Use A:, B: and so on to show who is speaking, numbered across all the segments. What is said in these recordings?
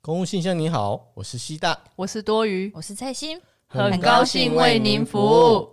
A: 公务信箱，你好，我是西大，
B: 我是多余，
C: 我是蔡心。
B: 很高兴为您服务。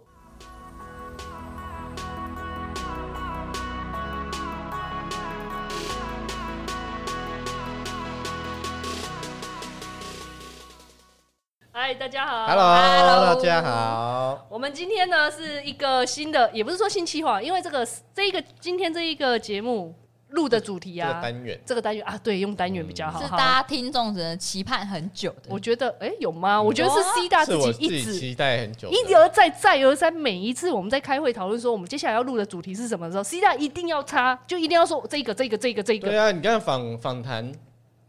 B: 嗨，大家好
A: Hello，大家。好。
B: 我们今天呢是一个新的，也不是说新计划，因为这个这一个今天这一个节目录的主题
A: 这个
B: 啊，
A: 单元
B: 这个单元啊，对，用单元比较好。
C: 是
B: 好
C: 大家听众人期盼很久的，
B: 我觉得，哎、有吗？我觉得是
C: 有啊
B: C 大
A: 是
B: 自
A: 我
B: 己
A: 自
B: 一
A: 己
B: 直
A: 期待很久的，
B: 一而再，再而三，每一次我们在开会讨论说我们接下来要录的主题是什么的时候，C 大一定要插，就一定要说这个、这个、这个、这
A: 对
B: 个。
A: 啊，你看访访谈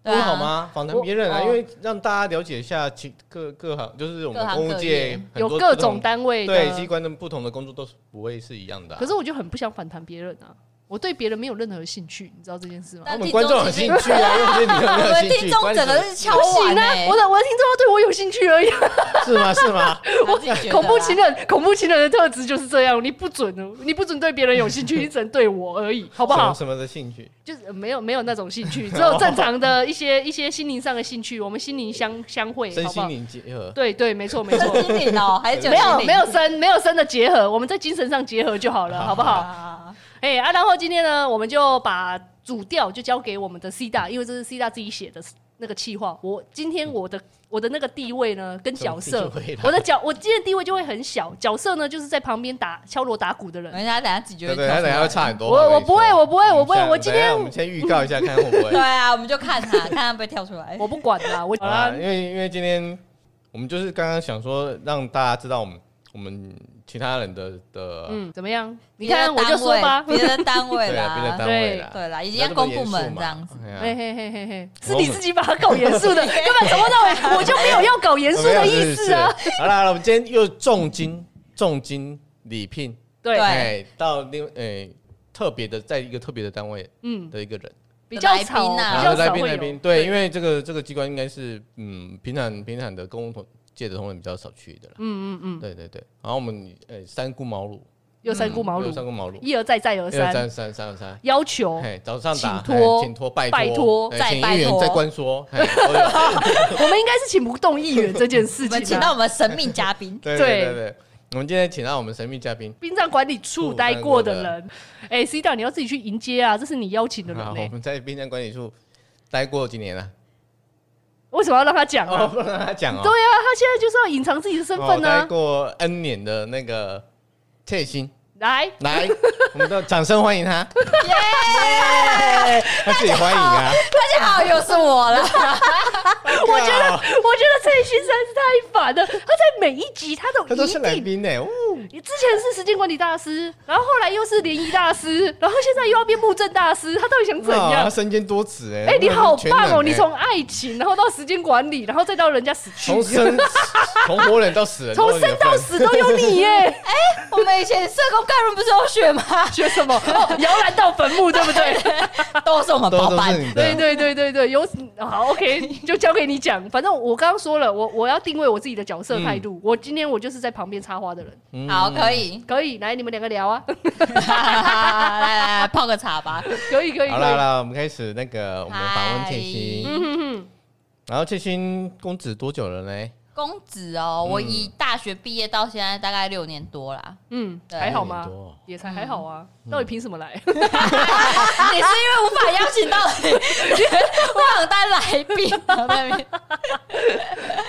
C: 对
A: 多
C: 啊
A: 好？吗？访谈别人啊，
B: 我哦
A: 因为让大家了解一下其各各行，就是我
C: 各
A: 们
C: 行
A: 公务
C: 各
A: 界
C: 业
A: 很
B: 有
A: 多
B: 各
A: 不
B: 种
A: 同
B: 单位的，
A: 对机关的不同的工作都是不会是一样的啊。
B: 可是我就很不想反弹别人啊，我对别人没有任何兴趣，你知道这件事吗？
C: 但
A: 我们
C: 听
A: 观
C: 众
A: 众有
C: 其
A: 兴
C: 实
A: 趣 啊，又不是你有
C: 我
A: 没有
C: 们
A: 兴
C: 听
A: 趣？
C: 众
A: 关
C: 整个
A: 系
C: 是敲
B: 不行
C: 完
B: 啊！
C: 欸
B: 我的我的听众要对我有兴趣而已啊。
A: 是吗？是吗？
C: 他自己觉得啊
B: 恐怖情人，恐怖情人的特质就是这样，你不准，你不准对别人有兴趣，你只能对我 而已， 好不
A: 什么
B: 好？
A: 什么的兴趣？
B: 就是呃没有没有那种兴趣，只有正常的一些一些心灵上的兴趣，我们心灵相相会，
A: 身
B: 哎好不
A: 心
B: 好？
A: 灵结合，
B: 对对，没错没错，
C: 身心灵哦，还 是
B: 没 有没有身没有身的结合，我们在精神上结合就好了，好不好？
C: 啊，
B: 哎啊，然后今天呢，我们就把主调就交给我们的 C 大，因为这是 C 大自己写的那个企划。我今天我的我的那个地位呢，跟角
A: 什
B: 色
A: 么地位啦，
B: 我的角我今天地位就会很小，角色呢就是在旁边打敲锣打鼓的人。
C: 人家等下自己就
A: 对
C: 会
A: 对，
C: 跳
A: 他
C: 出
A: 等一
C: 来
A: 下会差很多话跟哎你说。
B: 我我不会，我不哎会，我不会，
A: 等一下
B: 我今
A: 等一下
B: 天
A: 我们先预告一 下，看会不会
C: 对。啊，我们就 看他，看他会不会跳出来。
B: 我不管啦，我
A: 好啦，因为因为今天我们就是刚刚想说让大家知道我们我们其他人的的、
B: 嗯怎么样？你
C: 别的
B: 看我就说吧
C: 单，位别的单位
A: 对啊别的单
C: 啦，
A: 位啦，
C: 对啦，一
A: 不
C: 定
A: 要么
C: 要公部
A: 严
C: 门
A: 肃
C: 这
A: 嘛
C: 样子。。
B: 嘿
A: 哎呀
B: 嘿嘿嘿嘿，是你自己把它搞严肃 的，根本从头到尾我就没有要搞严肃的意思啊。
A: 没有！是是 好啦，好啦我们今天又重金重金礼聘，
B: 对，
C: 对
A: 哎，到另哎特别的，在一个特别的单位
B: 嗯，
A: 的一个人，
B: 比较少，
C: 来宾啊
B: 比
A: 然
B: 较
A: 后来
B: 少
A: 宾
B: 会
A: 来
B: 有
A: 宾，对，因为这个这个机关应该是嗯平常平常的公共界的同仁比较少去的啦，
B: 嗯嗯嗯，
A: 对对对。然后我们呃三顾茅庐，
B: 又三顾茅
A: 又嗯三
B: 庐，
A: 顾茅庐，
B: 一而再，再而
A: 二
B: 三，
A: 三三三二三。
B: 要求
A: 嘿，早上打，
B: 请托
A: 嘿请托，拜
B: 拜托
A: 嘿
C: 再
A: 请
C: 拜
A: 议员
C: 托
A: 再关说，嘿哦都有
B: 我们应该是请不动议员这件事
C: 我们
B: 情
C: 请到
B: 啊。
C: 我们神秘嘉宾，
A: 对对
B: 对
A: 对对，我们今天请到我们神秘嘉宾，
B: 殡葬管理处待过的人，哎，C 大，你要自己去迎接啊！这是你邀请的人
A: 好，我
B: 哎，
A: 们在滨江管理处待过几年了，
B: 为什么要让他讲
A: 哦，
B: 啊？
A: 不能让他讲哦，
B: 对啊，他现在就是要隐藏自己的身
A: 哦
B: 份啊
A: 待
B: 呢。
A: 过 N 年的那个蔡心，
B: 来，
A: 来，我们的掌声欢迎他，耶，他自己欢迎啊，
C: 大家好，又是 我了。
A: 我觉得
B: 我觉得蔡徐实在是太烦了，他在每一集他都
A: 他都是
B: 一
A: 来
B: 定
A: 宾呢，哦
B: 你之前是时间管理大师，然后后来又是联谊大师，然后现在又要变布政大师，他到底想怎
A: 哇
B: 样
A: 他？身兼多职哎，
B: 哎、你好
A: 全能
B: 棒哦！
A: 哎
B: 你从爱情，然后到时间管理，然后再到人家死去，
A: 从生 从活人到死人都有
B: 从
A: 你的份，
B: 生到死都有 你耶！
C: 我们以前社工概论不是有学吗？
B: 学什么？哦，摇篮到坟墓，对不对？
A: 啊
C: 都是我们
A: 都
C: 包
A: 都
C: 办
A: 是。你
B: 对
A: 的，
B: 对对对对，有好 OK，就交给你讲。反正我刚刚说了，我我要定位我自己的角色态度。我今天我就是在旁边插花的人，
A: 嗯
C: 好，可以，
B: 可以来你们两个聊啊，
C: 来来来，泡个茶吧。
B: 可以可以可以。
A: 好啦好啦，我们开始那个我们访问
C: 嗨
A: 倩心。
B: 嗯哼哼，
A: 然后翠心公子多久了呢？
C: 公子哦，
A: 嗯
C: 我以大学毕业到现在大概六年多啦。
B: 嗯，
C: 对
B: 还好
A: 六
B: 吗
A: 年多嗯哦？
B: 也才还好啊，到底凭什么来？
C: 你是因为无法邀请到你，我想当来宾。然后在那 边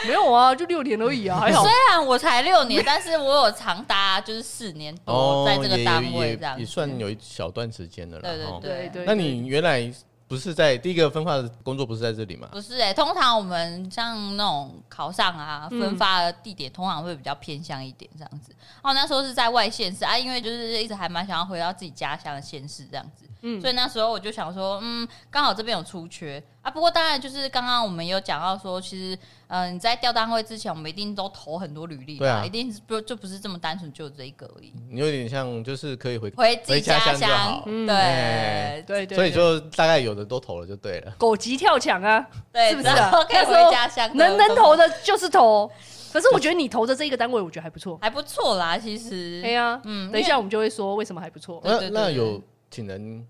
B: 没有啊，就六年而已啊，还好
C: 虽。然我才六年，但是我有哦长达就是四年
B: 哦
C: 多在这个单位这样
A: 哦也也
C: 子。
A: 算有一小段时间了啦。
C: 对对
A: 齁
B: 对对，
A: 那你原来不是在第一个分发的工作不是在这里吗？
C: 不是哎、通常我们像那种考上啊，分发的地点通常会比较偏向一点这样子。哦，那时候是在外县市啊，因为就是一直还蛮想要回到自己家乡的县市这样子，
B: 嗯
C: 所以那时候我就想说，嗯，刚好这边有出缺啊。不过当然就是刚刚我们有讲到说，其实嗯、呃你在调单位之前，我们一定都投很多履历嘛，
A: 对啊
C: 一定是不就不是这么单纯就这一个而已。
A: 你有点像就是可以回，
C: 回自己
A: 回家乡就
C: 乡
A: 好，嗯
B: 嗯
C: 对
B: 对对，
A: 所以就
B: 对
A: 大概有的都投了就对了。
B: 狗急跳墙啊，
C: 对，
B: 是不是啊
C: 然后可以
B: 那时候
C: 回家乡，
B: 能能
C: 对
B: 投的就是投。可是我觉得你投的这一个单位，我觉得还不错。
C: 还不错啦，其实。
B: 哎呀，
C: 嗯，
B: 等一下我们就会说为什么还不错。
C: 对对对
A: 那那
C: 对
A: 有请人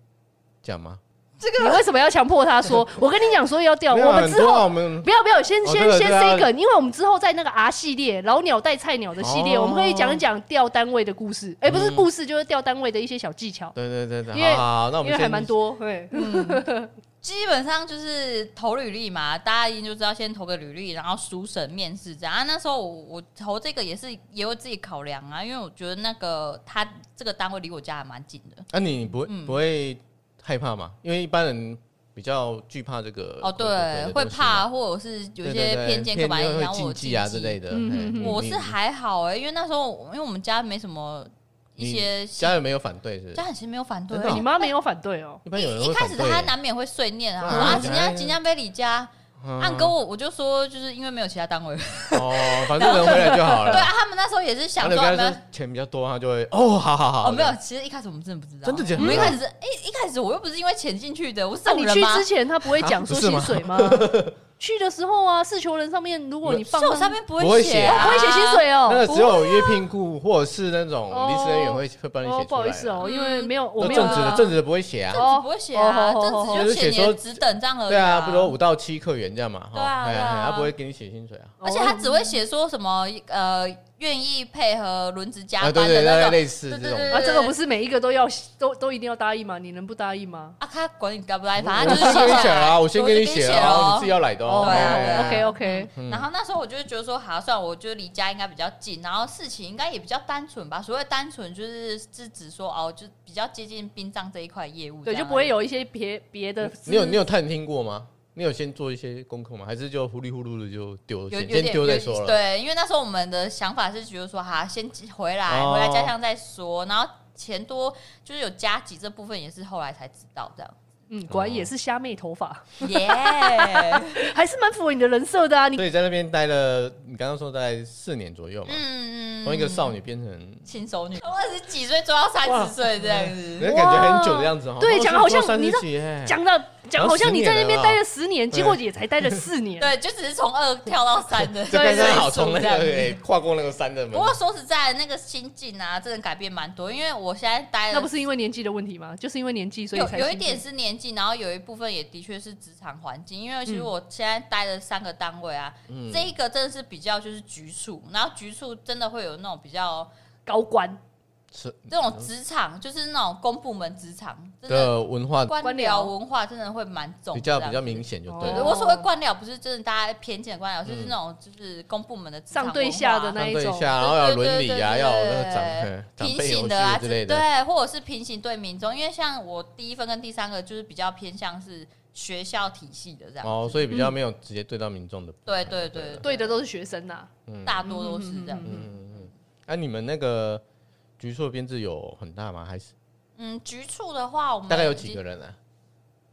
A: 讲吗？
C: 这
B: 你为什么要强迫他 说？我跟你讲说要调，
A: 没有
B: 我
A: 啊
B: 们
A: 很
B: 之
A: 多啊
B: 后
A: 我们
B: 不要不要，先
A: 哦
B: 先
A: 对了
B: 先
A: 对啊
B: say 梗，因为我们之后在那个 R 系列老鸟带菜鸟的系列，
A: 哦
B: 我们可以讲一讲调单位的故事，哎，不是
A: 嗯
B: 故事，就是调单位的一些小技巧，
A: 对对对对，
B: 因为
A: 好好，嗯好那我们
B: 因为
A: 先
B: 还蛮多，哎对，
C: 嗯基本上就是投履历嘛，大家一定就知道先投个履历，然后书审、面试这样。啊，那时候我我投这个也是也有自己考量啊，因为我觉得那个他这个单位离我家还蛮近的。
A: 啊，你不会、
C: 嗯
A: 不会害怕嘛？因为一般人比较惧怕这个鬼鬼
C: 哦，
A: 鬼
C: 对，
A: 的
C: 会
A: 东西
C: 怕，
A: 嘛
C: 或者是啊有
A: 对对
C: 一些
A: 对
C: 偏见、刻板印
A: 会
C: 象，或者
A: 禁忌啊之类
C: 的。
A: 的。
B: 嗯
A: 嘿
B: 嗯嗯
C: 我是
A: 你
C: 还好哎、因为那时候因为我们家没什么一些
A: 你家人没有反对是不是
C: 家？人其实没有反对
A: 真的哦
C: 欸，
B: 你妈没有反对 哦，
A: 一般有人
C: 一
A: 会
C: 一开
A: 反
C: 始
A: 对
C: 他难免会碎念啊，
A: 对
C: 说
A: 啊
C: 啊，今天今天被李家，啊
A: 嗯
C: 按跟我我就说就是因为没有其他单位，
A: 哦，反正人回来就好了。
C: 对啊，他们那时候也是
A: 然
C: 想
A: 后
C: 说
A: 你跟
C: 没
A: 他
C: 有
A: 说钱比较多，他就会哦，好好好。
C: 哦，没有，其实一开始我们真的不知道，
A: 真的假啊的
C: 我们一开始是一一开始我又不是因为钱进去的，我是这
B: 那啊你
C: 种人
B: 去
C: 吗
B: 之？前他不会讲说
A: 啊不是
B: 薪
A: 吗
B: 水吗？ 去的时候啊，是求人上面如果你
A: 你
B: 放
C: 是我上面不会写
A: 不
C: 啊，
B: 不会写薪水
A: 那
B: 哦
A: 个，只有约聘雇或者是那种
B: 哦
A: 离职人员会会帮你写出
B: 哦
A: 来，啊
B: 不好意思，哦，因为没有我
A: 那
B: 没
A: 正
B: 有
A: 职的
C: 啊
A: 正职的不会写啊。
C: 正职不会写啊，
B: 哦哦哦
C: 正
B: 哦哦
C: 职就写
A: 就是
C: 你
A: 写说
C: 的职等这样而已。
A: 对啊，不如说五到七客源这样嘛，哈
C: 对啊
A: 哎呀
C: 对啊
A: 哎呀他不会给你写薪水啊。
C: 而且他只会写说什么呃，愿意配合轮值加
A: 啊，
C: 班
A: 对对
C: 的那
A: 对，
C: 种。
A: 类似
C: 对
A: 这
C: 对
A: 种
C: 对对
B: 啊，这个不是每一个都要都都一定要答应吗？你能不答应吗？
C: 啊，他管你该不该，
A: 我
C: 反正就是
A: 先给你
C: 下
A: 写
C: 来
A: 啊，我先给你写啊，
C: 咯
A: 你自己要来的哦。
B: 哦
C: 对啊对啊
B: ，OK OK，
A: 嗯
C: 然后那时候我就觉得说，好、算了，我觉得离家应该比较近，然后事情应该也比较单纯吧。所谓单纯，就是是指说哦，就比较接近殡葬这一块业务
B: 对，
C: 这样而已，
B: 就不会有一些别别的。
A: 你有你有探听过吗？你有先做一些功课吗？还是就糊里糊涂的就丢，
C: 有
A: 先
C: 有
A: 先
C: 点
A: 丢再说
C: 有
A: 了？
C: 对，因为那时候我们的想法是觉得说，哈，先回来，
A: 哦
C: 回来家乡再说，然后钱多就是有加急这部分也是后来才知道这样。
B: 嗯，果
A: 哦
B: 然也是虾妹头发，
C: 耶、
B: 还是蛮符合你的人设的啊。你
A: 所以在那边待了，你刚刚说大概四年左右嘛，
C: 嗯，
A: 从一个少女变成，
C: 轻熟女，从二十几岁做到三十岁这样
A: 你
C: 子。
A: 的感觉很久的样子哦。
B: 对
A: 哦
B: 讲得好像
A: 做三
B: 你
A: 十
B: 知道
A: 几哎耶，
B: 讲到讲好像你在那
A: 十年
B: 边
A: 了吧哦
B: 待了十年，
A: 对
B: 结果也才待了四年。
C: 对，就只是从二跳到三 的，
A: 就刚刚好从那
C: 这样
A: 个
C: 子
A: 哎跨过那个山的门
C: 不。过说实在，那个心境啊，真的改变蛮多。因为我现在待了，
B: 那不是因为年纪的问题吗？就是因为年纪，所以
C: 有
B: 才
C: 有一
B: 心情
C: 点是年纪，然后有一部分也的确是职场环境。因为其实我现在待了三个单位啊，
A: 嗯
C: 这一个真的是比较就是局促，然后局促真的会有那种比较
B: 高官
A: 是
C: 这种职场，就是那种公部门职场，真的
A: 的文化
C: 官
B: 官
C: 僚
B: 僚
C: 文化真的会蛮重，
A: 比较
C: 这
A: 比
C: 样子哦
A: 较明。显，就对
C: 对，
A: 了。
C: 我所谓官僚不是真的大家偏见的官僚，就是
A: 嗯
C: 那种就是公部门的职场
B: 上对下的
C: 文化
B: 那
A: 相
B: 一
A: 对一
B: 种，
A: 下，然后要有伦理啊，
C: 对对对对对
A: 要有那个长哎长
C: 平
A: 辈游
C: 行
A: 戏
C: 的啊
A: 之类的。
C: 对，或者是平行对民众，因为像我第一份跟第三个就是比较偏向是学校体系的这样，
A: 哦，所以比
C: 嗯
A: 嗯较没有直接对到民众的。
C: 对对对
B: 对的都是学生呐。
A: 嗯
C: 大多都是这样。
B: 嗯
A: 嗯嗯。那你们那个局处的编制有很大吗？还是
C: 嗯，局处的话，我们
A: 大概有几个
C: 已经？
A: 人啊？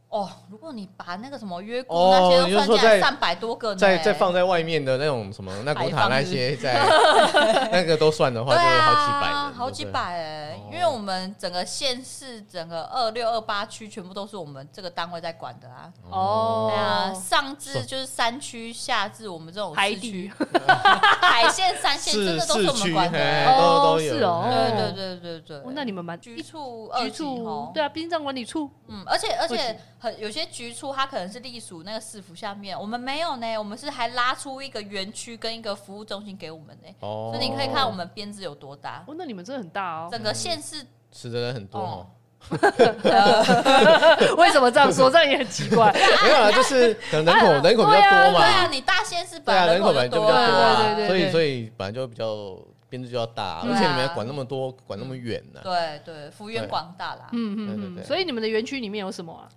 C: 哦，如果你把那个什么约
A: 哦
C: 雇那些
A: 你就
C: 都算
A: 说
C: 起来，
A: 在
C: 三百多个呢，
A: 再再放在外面的那种什么那古塔那 些，在 那个都算的话，
C: 对
A: 就有好几百
C: 啊
A: 人，，
C: 好几
A: 对不对。
C: 百哎、
A: 哦
C: 因为我们整个县市、整个二六二八区全部都是我们这个单位在管的啊。
B: 哦
C: 对啊，
B: 哦
C: 上至就是山区，下至我们这种
B: 海
C: 市区
B: 底
C: 海线、山线，真
A: 市
C: 的都是
A: 市
C: 我们
A: 区
C: 管
A: 嘿
C: 的。
A: 都都
B: 哦
A: 有。
B: 是哦
A: 嘿
C: 对对对对对
B: 哦，那你们蛮
C: 局处二
B: 局
C: 级哦
B: 处
C: 吼，
B: 对啊，殡葬管理处
C: 嗯，而且而
B: 二
C: 且
B: 级
C: 很有些局处它可能是隶属那个市府下面，我们没有呢，我们是还拉出一个园区跟一个服务中心给我们呢，
A: 哦
C: 所以你可以看我们编制有多大，
B: 哦，那你们真的很大哦。
C: 整个县市
A: 死的人很多哦。
B: 为什么这样 说？这样也很奇怪。
A: 没有啦，就是可能人口人口比较多
C: 对啊，
A: 嘛，
C: 你大县市
A: 对
C: 本
A: 啊，
C: 来
A: 人口
C: 口
A: 本来就比
C: 多
A: 较多
B: 对
A: 啊
B: 对对，对
A: 所以所以本来就比较编制就要大，
C: 对啊
A: 而且你们还管那么多，管那么远啊呢。
C: 对啊对，幅员
A: 对
C: 广大啦。
B: 嗯
A: 对对
B: 嗯
A: 对
B: 嗯。所以你们的园区里面有什么啊？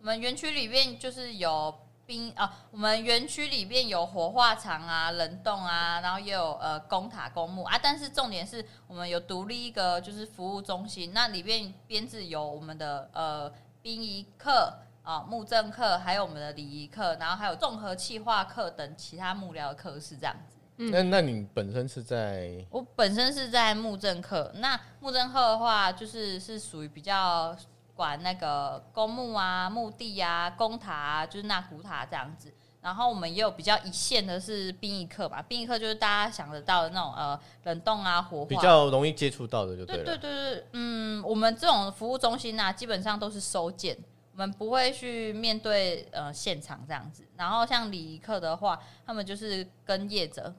C: 我们园区里面就是有冰啊，我们园区里面有火化场啊、冷冻啊，然后也有呃公塔公墓啊。但是重点是我们有独立一个就是服务中心，那里面编制有我们的呃殡仪课。啊，墓政课，还有我们的礼仪课，然后还有综合企划课等其他幕僚的课是这样子。
B: 嗯
A: 那那你本身是在
C: 我本身是在木政课，那木政课的话，就是是属于比较管那个公墓啊、墓地啊、公塔啊，就是那古塔这样子。然后我们也有比较一线的是殡仪课嘛，殡仪课就是大家想得到的那种呃冷冻啊、火化，
A: 比较容易接触到的就
C: 对
A: 了。
C: 对对对，嗯，我们这种服务中心啊，基本上都是收件。我们不会去面对呃现场这样子。然后像礼仪课的话，他们就是跟业者，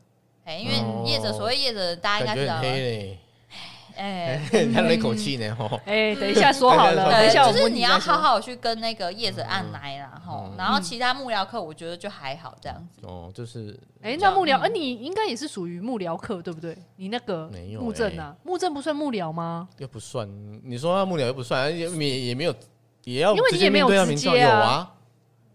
C: 哎、因
A: 哦
C: 为业者、所谓业者，大家应
A: 感
C: 该知
A: 觉
C: 道
A: 很，黑
C: 哎、
A: 嘞， 叹了一口气呢，哦吼，
B: 哎、等一下说好了，
A: 对
B: 等一
C: 对，
B: 下我
C: 就是
B: 问
C: 你
B: 再
C: 要
B: 说
C: 好。好去跟那个业者按奶啦，吼、
A: 嗯
C: 然后其他幕僚课我觉得就还好这样子。
A: 哦，就是
B: 哎、那幕僚，哎、你应该也是属于幕僚课对不对？你那个
A: 没有哎
B: 幕政啊，幕政不算幕 僚吗？
A: 又不算，你说他幕僚又不算，也也也没有，也要
B: 因为你
A: 直接
B: 也没
A: 面
B: 有
A: 对到
B: 直
A: 民众
B: 接
A: 有
B: 啊
A: 啊，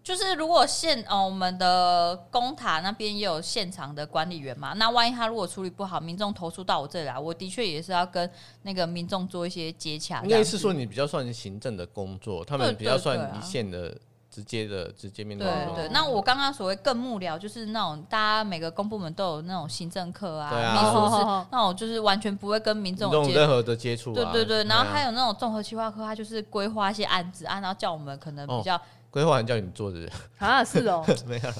C: 就是如果现呃我们的公塔那边也有现场的管理员嘛，那万一他如果处理不好，民众投诉到我这里来，我的确也是要跟那个民众做一些接洽。
A: 应该是说你比较算行政的工作，他们
C: 对
A: 比较
C: 对对
A: 算
C: 啊
A: 一线的直接的直接面
C: 对
A: 对民众。
C: 对，那我刚刚所谓更幕僚，就是那种大家每个公部门都有那种行政课啊、
A: 对啊
C: 秘书
B: 哦
C: 室
B: 哦哦
C: 那种，就是完全不会跟民众
A: 民
C: 有
A: 众
C: 接
A: 任何的接触、啊，
C: 对对对，然后还
A: 有
C: 有那种综合企划课，他就是规划一些案子啊，然后叫我们可能
A: 哦
C: 比较，
A: 规划人 叫你做的，
B: 啊，是哦，
A: 没有了。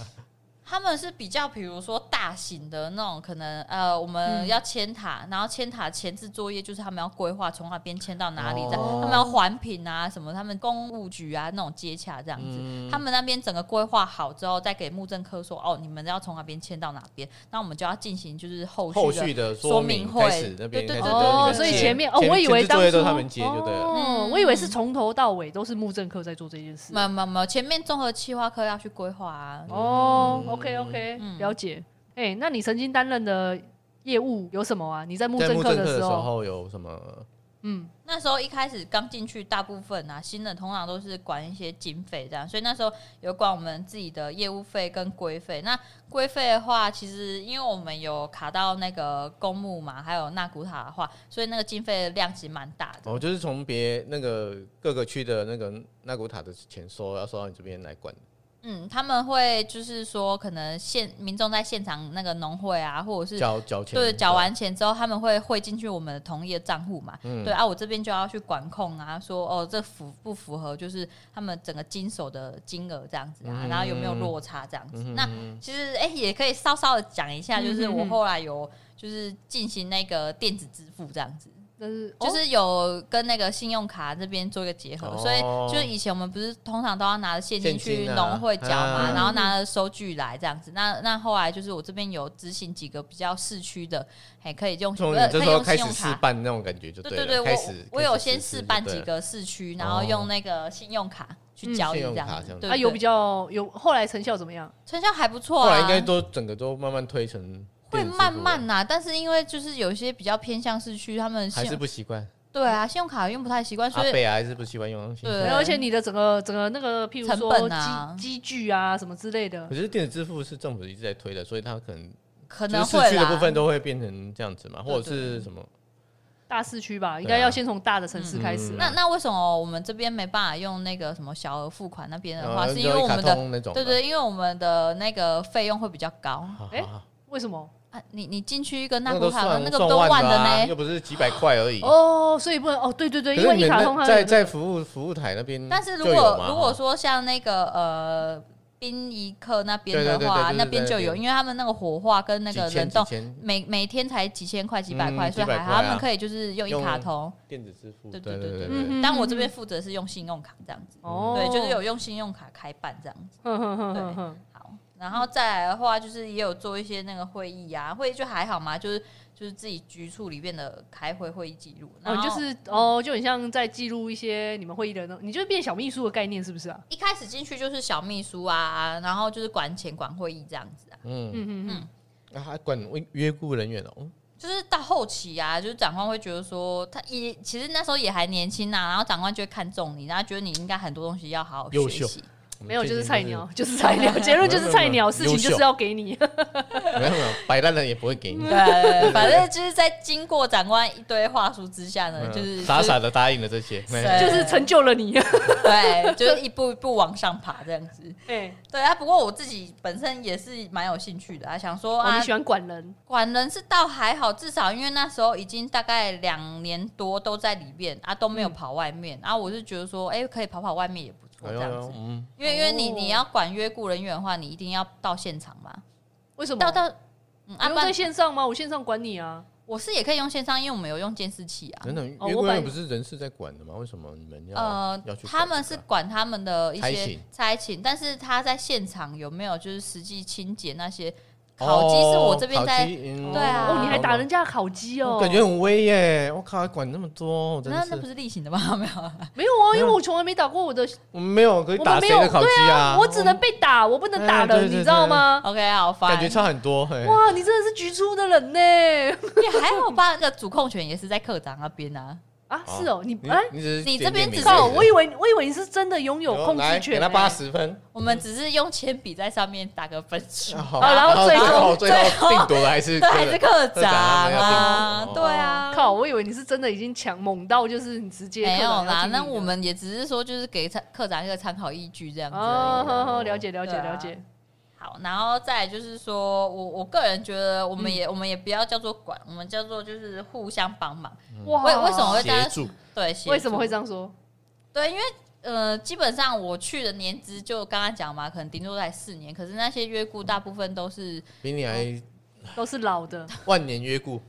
C: 他们是比较，比如说大型的那种，可能呃，我们要迁塔，然后迁塔前置作业就是他们要规划从哪边迁到哪里，这样、
A: 哦
C: 他们要环评啊什么，他们公务局啊那种接洽这样子，
A: 嗯
C: 他们那边整个规划好之后，再给木政科说，哦，你们要从哪边迁到哪边，那我们就要进行就是后续的
A: 后续的
C: 说
A: 明
C: 明会
A: 开始那边
C: 对对
A: 开始
C: 对
A: 都是你
B: 哦
A: 们，
B: 所以
A: 接
B: 前面哦，我以
A: 前
B: 为
A: 置
B: 当
A: 作业都
B: 初
A: 是他们接就对了。
B: 哦，
C: 嗯
B: 我以为是从头到尾都是幕政课在做这件事。
C: 没有没有没有，前面综合企划课要去规划啊，
B: 哦
A: 嗯
B: ，OK OK，
C: 嗯
B: 了解。哎，那你曾经担任的业务有什么啊？你在幕
A: 在
B: 政
A: 木
B: 课
A: 政
B: 的
A: 课
B: 时
A: 时
B: 候，
A: 候有什么？
B: 嗯，
C: 那时候一开始刚进去，大部分啊新人通常都是管一些经费这样，所以那时候有管我们自己的业务费跟规费。那规费的话，其实因为我们有卡到那个公墓嘛，还有纳古塔的话，所以那个经费的量其实蛮大的。
A: 哦，就是从别那个各个区的那个那古塔的钱收，要收到你这边来管。
C: 嗯，他们会就是说，可能现民众在现场那个农会啊，或者是
A: 交交钱，
C: 对，缴完钱之后，他们会汇进去我们的同业账户嘛？
A: 嗯
C: 对啊，我这边就要去管控啊，说哦，这符不符合就是他们整个经手的金额这样子啊，
A: 嗯
C: 然后有没有落差这样子？那其实哎、也可以稍稍的讲一下，就是我
B: 嗯嗯嗯
C: 后来有就是进行那个电子支付这样子。
B: 但是
C: 就
B: 哦
C: 是有跟那个信用卡这边做一个结合，所以
A: 哦
C: 就是以前我们不是通常都要拿着现金
A: 现
C: 去
A: 金啊
C: 农会缴嘛，
A: 嗯
C: 然后拿着收据来这样子。那那后来就是我这边有执行几个比较市区的，还可以用
A: 从你
C: 呃
A: 这
C: 可以
A: 时候
C: 用
A: 开
C: 信
A: 始
C: 用
A: 试
C: 卡。
A: 办那种感觉就
C: 对
A: 了。
C: 对对，
A: 开
C: 我
A: 始
C: 我有
A: 开始
C: 先
A: 试
C: 试办
A: 就
C: 几
A: 对了哦
C: 个市区，然后用那个信用卡去交
A: 嗯
C: 易这
A: 信用
C: 样
A: 卡
C: 子
A: 这样。子
C: 对
B: 啊，有比
C: 较
B: 较有后来成效怎么样？
C: 成效还不错
A: 后来
C: 啊，
A: 应该都整个都慢慢推成
C: 会
A: 电子支付
C: 慢慢
A: 了，
C: 呐、但是因为就是有一些比较偏向市区，他们信
A: 还是
C: 用
A: 不习惯，
C: 对啊，信用卡用不太习惯，
A: 阿
C: 所以
A: 北啊还是不习惯用信用卡
C: 对
B: 没有而且你的整个整个那个，譬如
C: 成
B: 说
C: 本啊
B: 机机具啊什么之类的
A: 可，是电子支付是政府一直在推的，所以它可能
C: 可
A: 就
C: 能
A: 是
C: 会
A: 市区的
C: 啦
A: 部分都会变成这样子嘛，或者
C: 对对
A: 是什么？
B: 大市区吧，应
A: 对
B: 该
A: 啊
B: 要先从大的城市开始
A: 嗯
B: 啊。
C: 那那为什么我们这边没办法用那个什么小额付款那边的话，
A: 呃
C: 是因为我们
A: 就一卡
C: 的
A: 通那种
C: 对
A: 的，
C: 对，因为我们的那个费用会比较高
A: 好，好
B: 哎
A: 好
B: 为什么？
C: 啊。你你进去一个纳
A: 那
C: 古
A: 都
C: 塔
A: 算
C: 那个
A: 算
C: 都
A: 万
C: 的
A: 的啊
C: 呢，
A: 又不是几百块而已。
C: 嗯
B: 哦，所以不能哦，对对对，
A: 可
B: 因
A: 是
B: 为
A: 你
B: 一卡
A: 们
B: 通它
A: 那在
B: 有那个
A: 在服务服务台那嗯边就有嘛，
C: 但是如果
A: 哈
C: 如果说像那个呃殡仪课那边
A: 对
C: 的
A: 对对
C: 话，
A: 对对
C: 那
A: 对
C: 边
A: 对
C: 就
A: 对
C: 有，因为他们那个火化跟那个
A: 几千
C: 冷冻
A: 几千
C: 每每天才几千块几百
A: 嗯
C: 块，所以
A: 几百
C: 还
A: 块
C: 好
A: 啊
C: 他们可以就是用一
A: 用
C: 卡通，
A: 电子支付，
C: 对
A: 对
C: 对对
A: 对
C: 对
A: 对，
B: 嗯
C: 但我这边负责是用信用卡这样子，
B: 哦，
C: 对，就是有用信用卡开办这样子。
B: 哼哼哼哼哼，
C: 好，然后再来的话，就是也有做一些那个会议啊，会议就还好嘛，就是就是自己局处里面的开会会议记录，然
B: 哦，
C: 后
B: 就是哦，就很像在记录一些你们会议的那，你就变小秘书的概念是不是啊？
C: 一开始进去就是小秘书啊，然后就是管钱管会议这样子啊，
A: 嗯，
B: 嗯嗯嗯，
A: 啊还管约约雇人员哦，
C: 就是到后期啊，就是长官会觉得说他也其实那时候也还年轻啊呐、然后长官就会看中你，然后觉得你应该很多东西要好好
A: 优
C: 学
A: 秀
C: 习。
A: 我们
B: 没有，
A: 最
B: 就是
A: 近
B: 菜鸟，就是菜鸟，结论就是菜鸟，
A: 没有
B: 事情就是要给你。
A: 没有没有，摆烂人也不会给你，
C: 对， 反正就是在经过长官一堆话术之下呢，
A: 嗯
C: 就是
A: 傻傻的答应了这些，哎
C: 是
B: 就是成就了你，
C: 就是对，就是一步一步往上爬这样子。
B: 哎，
C: 对啊，不过我自己本身也是蛮有兴趣的啊，想说
B: 哦，
C: 啊
B: 你，喜欢管人，
C: 管人是倒还好，至少因为那时候已经大概两年多都在里面啊，都没有跑外面、啊，我是觉得说，哎、可以跑跑外面也不错
A: 哎
C: 这
A: 呦
C: 样
A: 呦
C: 子，，
A: 嗯，
C: 因为因为你
B: 哦
C: 你要管约雇人员的话，你一定要到现场嘛，
B: 为什么？
C: 到到嗯，啊
B: 不
C: 不
B: 用在
C: 然
B: 线上吗？我线上管你啊。
C: 我是也可以用线上，因为我们有用监视器啊。
A: 等等，
B: 哦
A: 因为
B: 我
A: 公
B: 本
A: 园不是人事在管的吗？为什么你们要
C: 呃
A: 要去管这个啊？
C: 他们是管他们的一
A: 差
C: 些
A: 勤
C: 差勤，但是他在现场有没有就是实际清洁那些
A: 哦
C: 烤鸡是我这边在
A: 烤鸡嗯
C: 对啊
B: 哦，你还打人家的烤鸡哦？
A: 我感觉很威耶！我靠，还管那么多，我真
C: 那
A: 的
C: 那不
A: 是
C: 是例行的吗？ 没有，
B: 没有啊，
A: 没
B: 因
A: 有
B: 为我从来没打过我的，
A: 我们没有可以
B: 我
A: 打
B: 们
A: 谁
B: 没有
A: 的烤鸡
B: 对
A: 啊
B: 我只能被打，我不能打
A: 哎对
B: 人，
A: 对对
B: 你
A: 哎
B: 知道吗？
C: OK，好烦。
A: 感觉差很多。嘿
B: 哇，你真的是局出的人 呢！
C: 也还好吧，那个主控权也是在科长那边 啊。
B: 啊，是哦，你
A: 你
B: 哎，
A: 你只是
C: 你
A: 点
C: 这
A: 点
C: 边
A: 名
C: 只是
A: 而已
B: 靠，我以为我以为你是真的拥有控
A: 来
B: 制
A: 给
B: 权
A: 他
B: 呢，
C: 哎
A: 八十分。
C: 我们只是用铅笔在上面打个分数，
A: 好
B: 然后最后
A: 最后定夺的还是
C: 哦对，还是科长
A: 科长他们要定夺
C: 啊，
A: 哦
C: 对啊。
B: 靠，我以为你是真的已经强猛到就是你直接
C: 没有啦，
B: 看到要听你的
C: 那我们也只是说，就是给参科长一个参考依据这样子而
B: 哦，
C: 已。
B: 好好了解了解
C: 对啊
B: 了解，
C: 好，然后再来就是说，我我个人觉得，我们也、
B: 嗯
C: 我们也不要叫做管，我们叫做就是互相帮忙。
A: 嗯
B: 哇，
C: 为为什么会这样
A: 协助
C: 对，协助
B: 为什么会这样 说？
C: 对，因为呃，基本上我去的年资就刚刚讲嘛，可能顶多才四年，可是那些约雇大部分都是
A: 比你还
B: 都是老的，
A: 万年约顾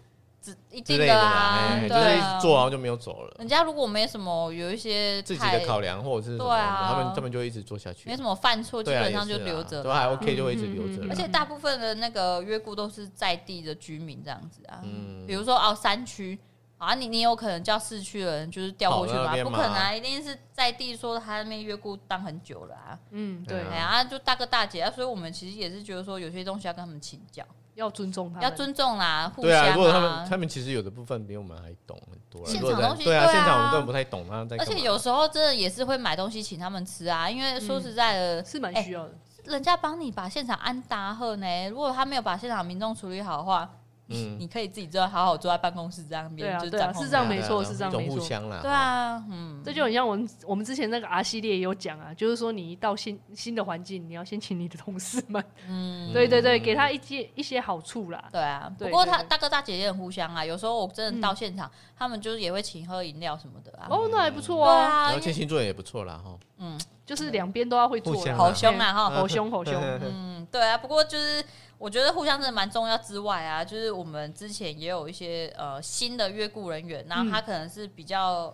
C: 只一
A: 之
C: 定
A: 类的啦，
C: 啊，
A: 哎就
C: 对
A: 是
C: 啊
A: 做然后就没有走了。
C: 人家如果没什么有一些
A: 自己
C: 太
A: 的考量或者是什么
C: 对啊
A: 他们他们就一直做下去，
C: 没什么犯错，基
A: 对啊，
C: 本上就
A: 也是啊
C: 留着
A: 都
C: 啦
A: 还 OK 就会一直留着
B: 嗯嗯
A: 啦，
B: 嗯
C: 而且大部分的那个约雇都是在地的居民这样子啊，
A: 嗯
C: 比如说哦山区啊，你你有可能叫市区的人就是调过去
A: 跑到那
C: 吧，
A: 边
C: 不
A: 嘛
C: 可能啊，一定是在地说他那边约雇当很久了啊，
B: 嗯，
A: 对
B: 对
A: 啊，
C: 哎呀、啊就大哥大姐啊，所以我们其实也是觉得说有些东西要跟他们请教，
B: 要尊重他们，
C: 要尊重啦，互
A: 对啊，
C: 相
A: 如果他们他们其实有的部分比我们还懂很多啦，
C: 现
A: 如果
C: 场
A: 在
C: 东西
A: 对啊，
C: 对啊
A: 现场我们根本不太懂他在
C: 而
A: 干嘛，
C: 且有时候真的也是会买东西请他们吃啊，因为说实在的，
B: 是蛮需要的，
C: 人家帮你把现场安搭好呢，如果他没有把现场民众处理好的话，
A: 嗯，
C: 你可以自己坐好好坐在办公室这样，
B: 对啊
C: 就是
B: 对啊
C: 掌控
B: 是这样
C: 它
B: 没错
A: 对啊
B: 是这样
A: 一种
B: 没错
A: 互相啦，
C: 对啊，嗯，
B: 这就很像我们我们之前那个 R 系列也有讲啊，就是说你一到新新的环境，你要先请你的同事们，
C: 嗯，
B: 对对对，给他一些一些好处啦，
C: 对啊。
B: 对
C: 不过
B: 对
C: 他
B: 对
C: 大哥大姐也很互相啊，有时候我真的
B: 嗯
C: 到现场，他们就是也会请喝饮料什么的啊。
B: 哦，那还不
C: 对
B: 错啊，
A: 然
C: 啊，
A: 后
C: 因
A: 天
C: 为
A: 星座也不错啦哈，
C: 嗯，
B: 就是两边都要会做
A: 互相
B: 啦，
A: 啊
C: 好凶啊哈，
B: 吼凶吼凶，
C: 嗯，对啊。不过就是我觉得互相真的蛮重要之外啊，就是我们之前也有一些呃新的约雇人员，
B: 嗯
C: 然后他可能是比较。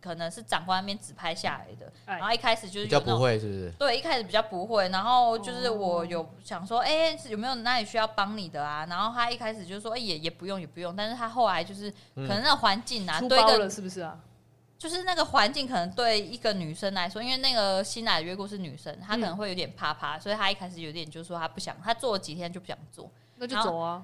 C: 可能是长官那边指派下来的，
B: 哎
C: 然后一开始就是
A: 比较
C: 有那
A: 不
C: 种
A: 会是不是？
C: 对，一开始比较不会，然后就是
B: 哦
C: 我有想说，哎、有没有哪里需要帮你的啊？然后他一开始就说，哎、也也不用，也不用。但是他后来就是，可
A: 嗯
C: 能那个环境啊，
B: 出
C: 对一
B: 包
C: 个
B: 了是不是啊？
C: 就是那个环境，可能对一个女生来说，因为那个新来的约姑是女生，
B: 嗯
C: 她可能会有点怕怕，所以她一开始有点就说她不想，她做了几天就不想做。
B: 那就走啊，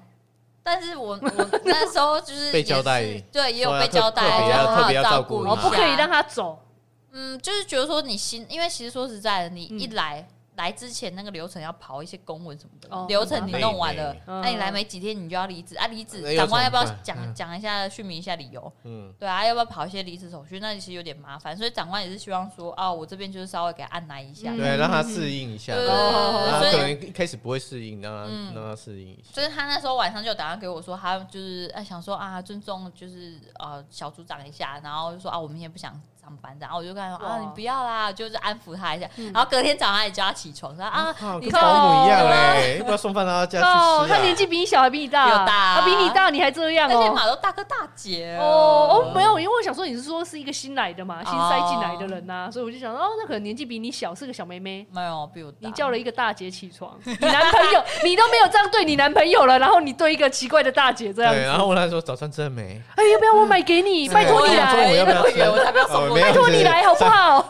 C: 但是 我我那时候就是
A: 被
C: 也
A: 交代
C: 是对，也有
A: 说
C: 被
A: 要
C: 交
A: 特
C: 代，
A: 特
B: 别
C: 就是
B: 要
C: 她
A: 特别
C: 有
A: 要
C: 照
A: 照顾
C: 顾
A: 一
B: 哦，
A: 下
B: 不可以让他走，
C: 嗯，就是觉得说你新，因为其实说实在的，你
B: 嗯
C: 一来、来之前那个流程要跑一些公文什么的，
B: 哦
C: 流程你弄完了，那、
B: 嗯
C: 你来没几天你就要离职啊，离职
A: 那又
C: 长官要
A: 怎么
C: 不要
A: 办
C: 讲
A: 嗯
C: 讲、一下续明一下理由？
A: 嗯，
C: 对啊，要不要跑一些离职手续？那其实有点麻烦，所以长官也是希望说，啊，我这边就是稍微给他按来一下。
B: 嗯
A: 对，让他适应一下，
C: 对对
A: 让
B: 哦
A: 他可
C: 对对对，呃所
A: 能
C: 以
A: 一开始不会适应，让他
C: 嗯
A: 让他适应一下，
C: 所以他那时候晚上就有打电话给我说，他就是啊想说啊尊重就是呃小组长一下，然后就说啊我明天不想上班，然后我就跟他说啊
B: 哇
C: 你不要啦，就是安抚他一下，
B: 嗯
C: 然后隔天早上也叫他起床，说啊
A: 靠，
C: 你
A: 跟
C: 说
A: 保姆一样嘞，要不要送饭到他家去
B: 哦，
A: 吃啊？
B: 他年纪比你小还比你大，
C: 有大啊
B: 他比你大，你还这样
C: 而且
B: 哦。
C: 马都大哥大姐
B: 哦
A: 嗯
B: 哦，没有，因为我想说你是说是一个新来的嘛，新塞进来的人呐、所以我就想哦，那可能年纪比你小，是个小妹妹。
C: 没有比我大，
B: 你叫了一个大姐起床， 你男朋友你都没有这样对你男朋友了，然后你对一个奇怪的大姐这样
A: 对，
B: 子，
A: 然后问他说早餐吃了没？
B: 哎，要不要我买给你？
A: 对
B: 拜托你
A: 哎我中午
B: 来，
A: 要不要吃？
C: 我才不要送
A: 哦
C: 我
A: 没有
B: 拜托你来好不 好？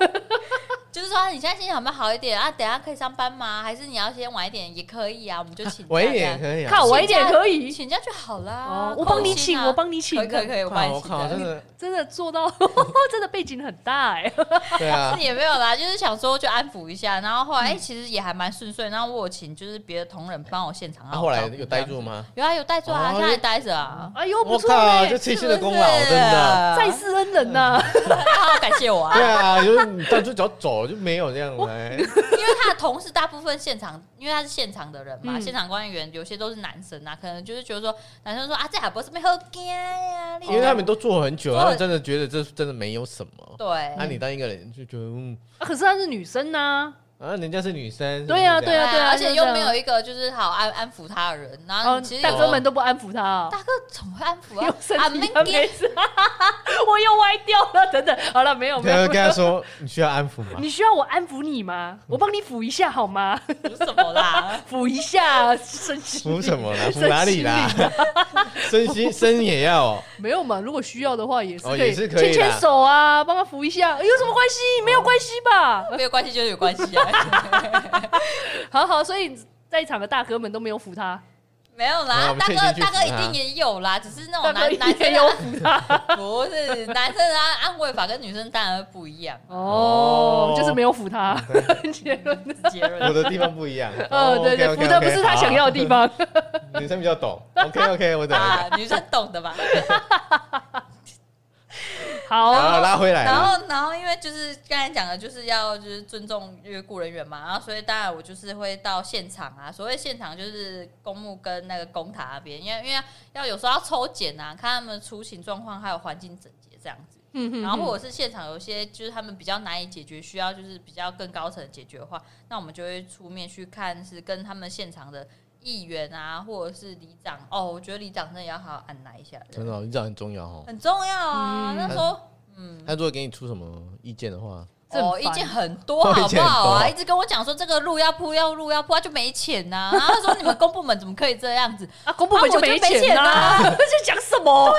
C: 就是说啊你现在心情有没有好一点啊？等一下可以上班吗？还是你要先晚一点也可以啊？我们就请假
A: 我
C: 这
A: 也
C: 样
A: 可以啊。
B: 靠， 我一点可以。
C: 请假就好啦
B: 哦，。我帮你
C: 扣薪
B: 请，
C: 啊
B: 我帮你请
C: 可以，可以可以，我
A: 靠，
C: 帮你
A: 我
C: 请
A: 靠，真
C: 的。
A: 的，
B: 真的做到， 真的背景很大哎、
A: 对啊 嗯
C: 是，也没有啦，就是想说就安抚一下，然后后来哎、其实也还蛮顺遂。然后我有请就是别的同仁帮我现场，
A: 他啊后来
C: 然我
A: 有待住 吗？
C: 有啊有带住
A: 哦
C: 啊，现在还待着啊，
B: 哎呦不
A: 我
B: 错哎、
A: 靠，这七星的功劳，
C: 是不是
A: 真的。
B: 在世恩人呐、
C: 他好感谢我 啊
A: 对，啊，就是你当初只要走就没有这样来，
C: 因为他的同事大部分现场，因为他是现场的人嘛，
B: 嗯
C: 现场管理员有些都是男生啊，可能就是觉得说男生说啊这还不是没喝干呀，
A: 因为他们都做很久，
C: 做很
A: 他们真的觉得这真的没有什么。啊
C: 对
A: 那你当一个人就觉得，嗯，
B: 啊可是她是女生呐、
A: 然后人家是女生，
B: 对啊
A: 是不是这样
B: 对啊
C: 而且
B: 就是这
C: 又
B: 样
C: 没有一个就是好安安抚他的人，然后
B: 哦
C: 嗯其实，
B: 大
C: 有
B: 哥们都不安抚他啊。
C: 大哥怎么会安 抚
B: 又生
C: 啊？啊，
B: 气
C: 没
B: 了，没事， 我又歪掉了，等等，好了，没有没
A: 然后
B: 有
A: 就，跟他说你需要安抚吗？
B: 你需要我安抚你吗？
A: 嗯
B: 我帮你抚一下好吗？
C: 有什么啦？
B: 抚一下，生气
A: 扶什么啦？
B: 身
A: 扶
B: 心
A: 哪里啦？ 身心身也要哦，
B: 没有嘛，如果需要的话也是
A: 哦
B: 可以
A: 也是可以啦
B: 牵
A: 哦
B: 牵手啊，帮他扶一下，有什么关系？没有关系吧？
C: 没有关系就是有关系 啊，
B: 好好，所以在场的大哥们都没有扶他，
C: 没有
A: 没有
C: 啦
A: 我，们
C: 大
A: 可以先
C: 哥
A: 去
C: 大哥一
A: 扶他
C: 定也有啦，只是那
B: 大
C: 种
B: 哥
C: 男
B: 一
C: 男
B: 定
C: 生
B: 有
C: 的
B: 扶他。
C: 不是男生的安安慰法跟女生当然不一 样，
B: 哦
A: 哦，
B: 就是没有扶他。结 论，
C: 结论
A: 我的地方不一 样。
B: 呃，
A: 哦
B: 对对，
A: OK，OK，OK，
B: 扶的不是他想要的地方。
A: 好， 女生比较懂。OK OK，我懂。
C: 啊，女生 懂的吧？
B: 好，
A: 好，拉回来
C: 哦然
A: 了。
C: 后，然后，因为就是刚才讲的，就是要就是尊重约雇人员嘛，然后所以当然我就是会到现场啊。所谓现场就是公墓跟那个公塔那边，因为因为要要有时候要抽检啊，看他们出行状况还有环境整洁这样子。
B: 嗯哼
C: 然后或者是现场有一些就是他们比较难以解决，需要就是比较更高层的解决的话，那我们就会出面去看，是跟他们现场的议员啊，或者是里长。哦，我觉得里长真的要好好按捺一下，
A: 真的哦，你这样很重要哦。
C: 很重要啊。
B: 嗯
C: 那时候，嗯。
A: 他如果给你出什么意见的话，
B: 这很
C: 哦，
B: 烦
C: 意见很多，好
A: 意
C: 不
A: 见很
C: 好啊？
A: 多
C: 一直跟我讲说这个路要铺，要路要铺，他就没钱呐、然后他说你们公部门怎么可以这样子？
B: 啊，公部门啊就没钱啦， 这讲什 么？
A: 啊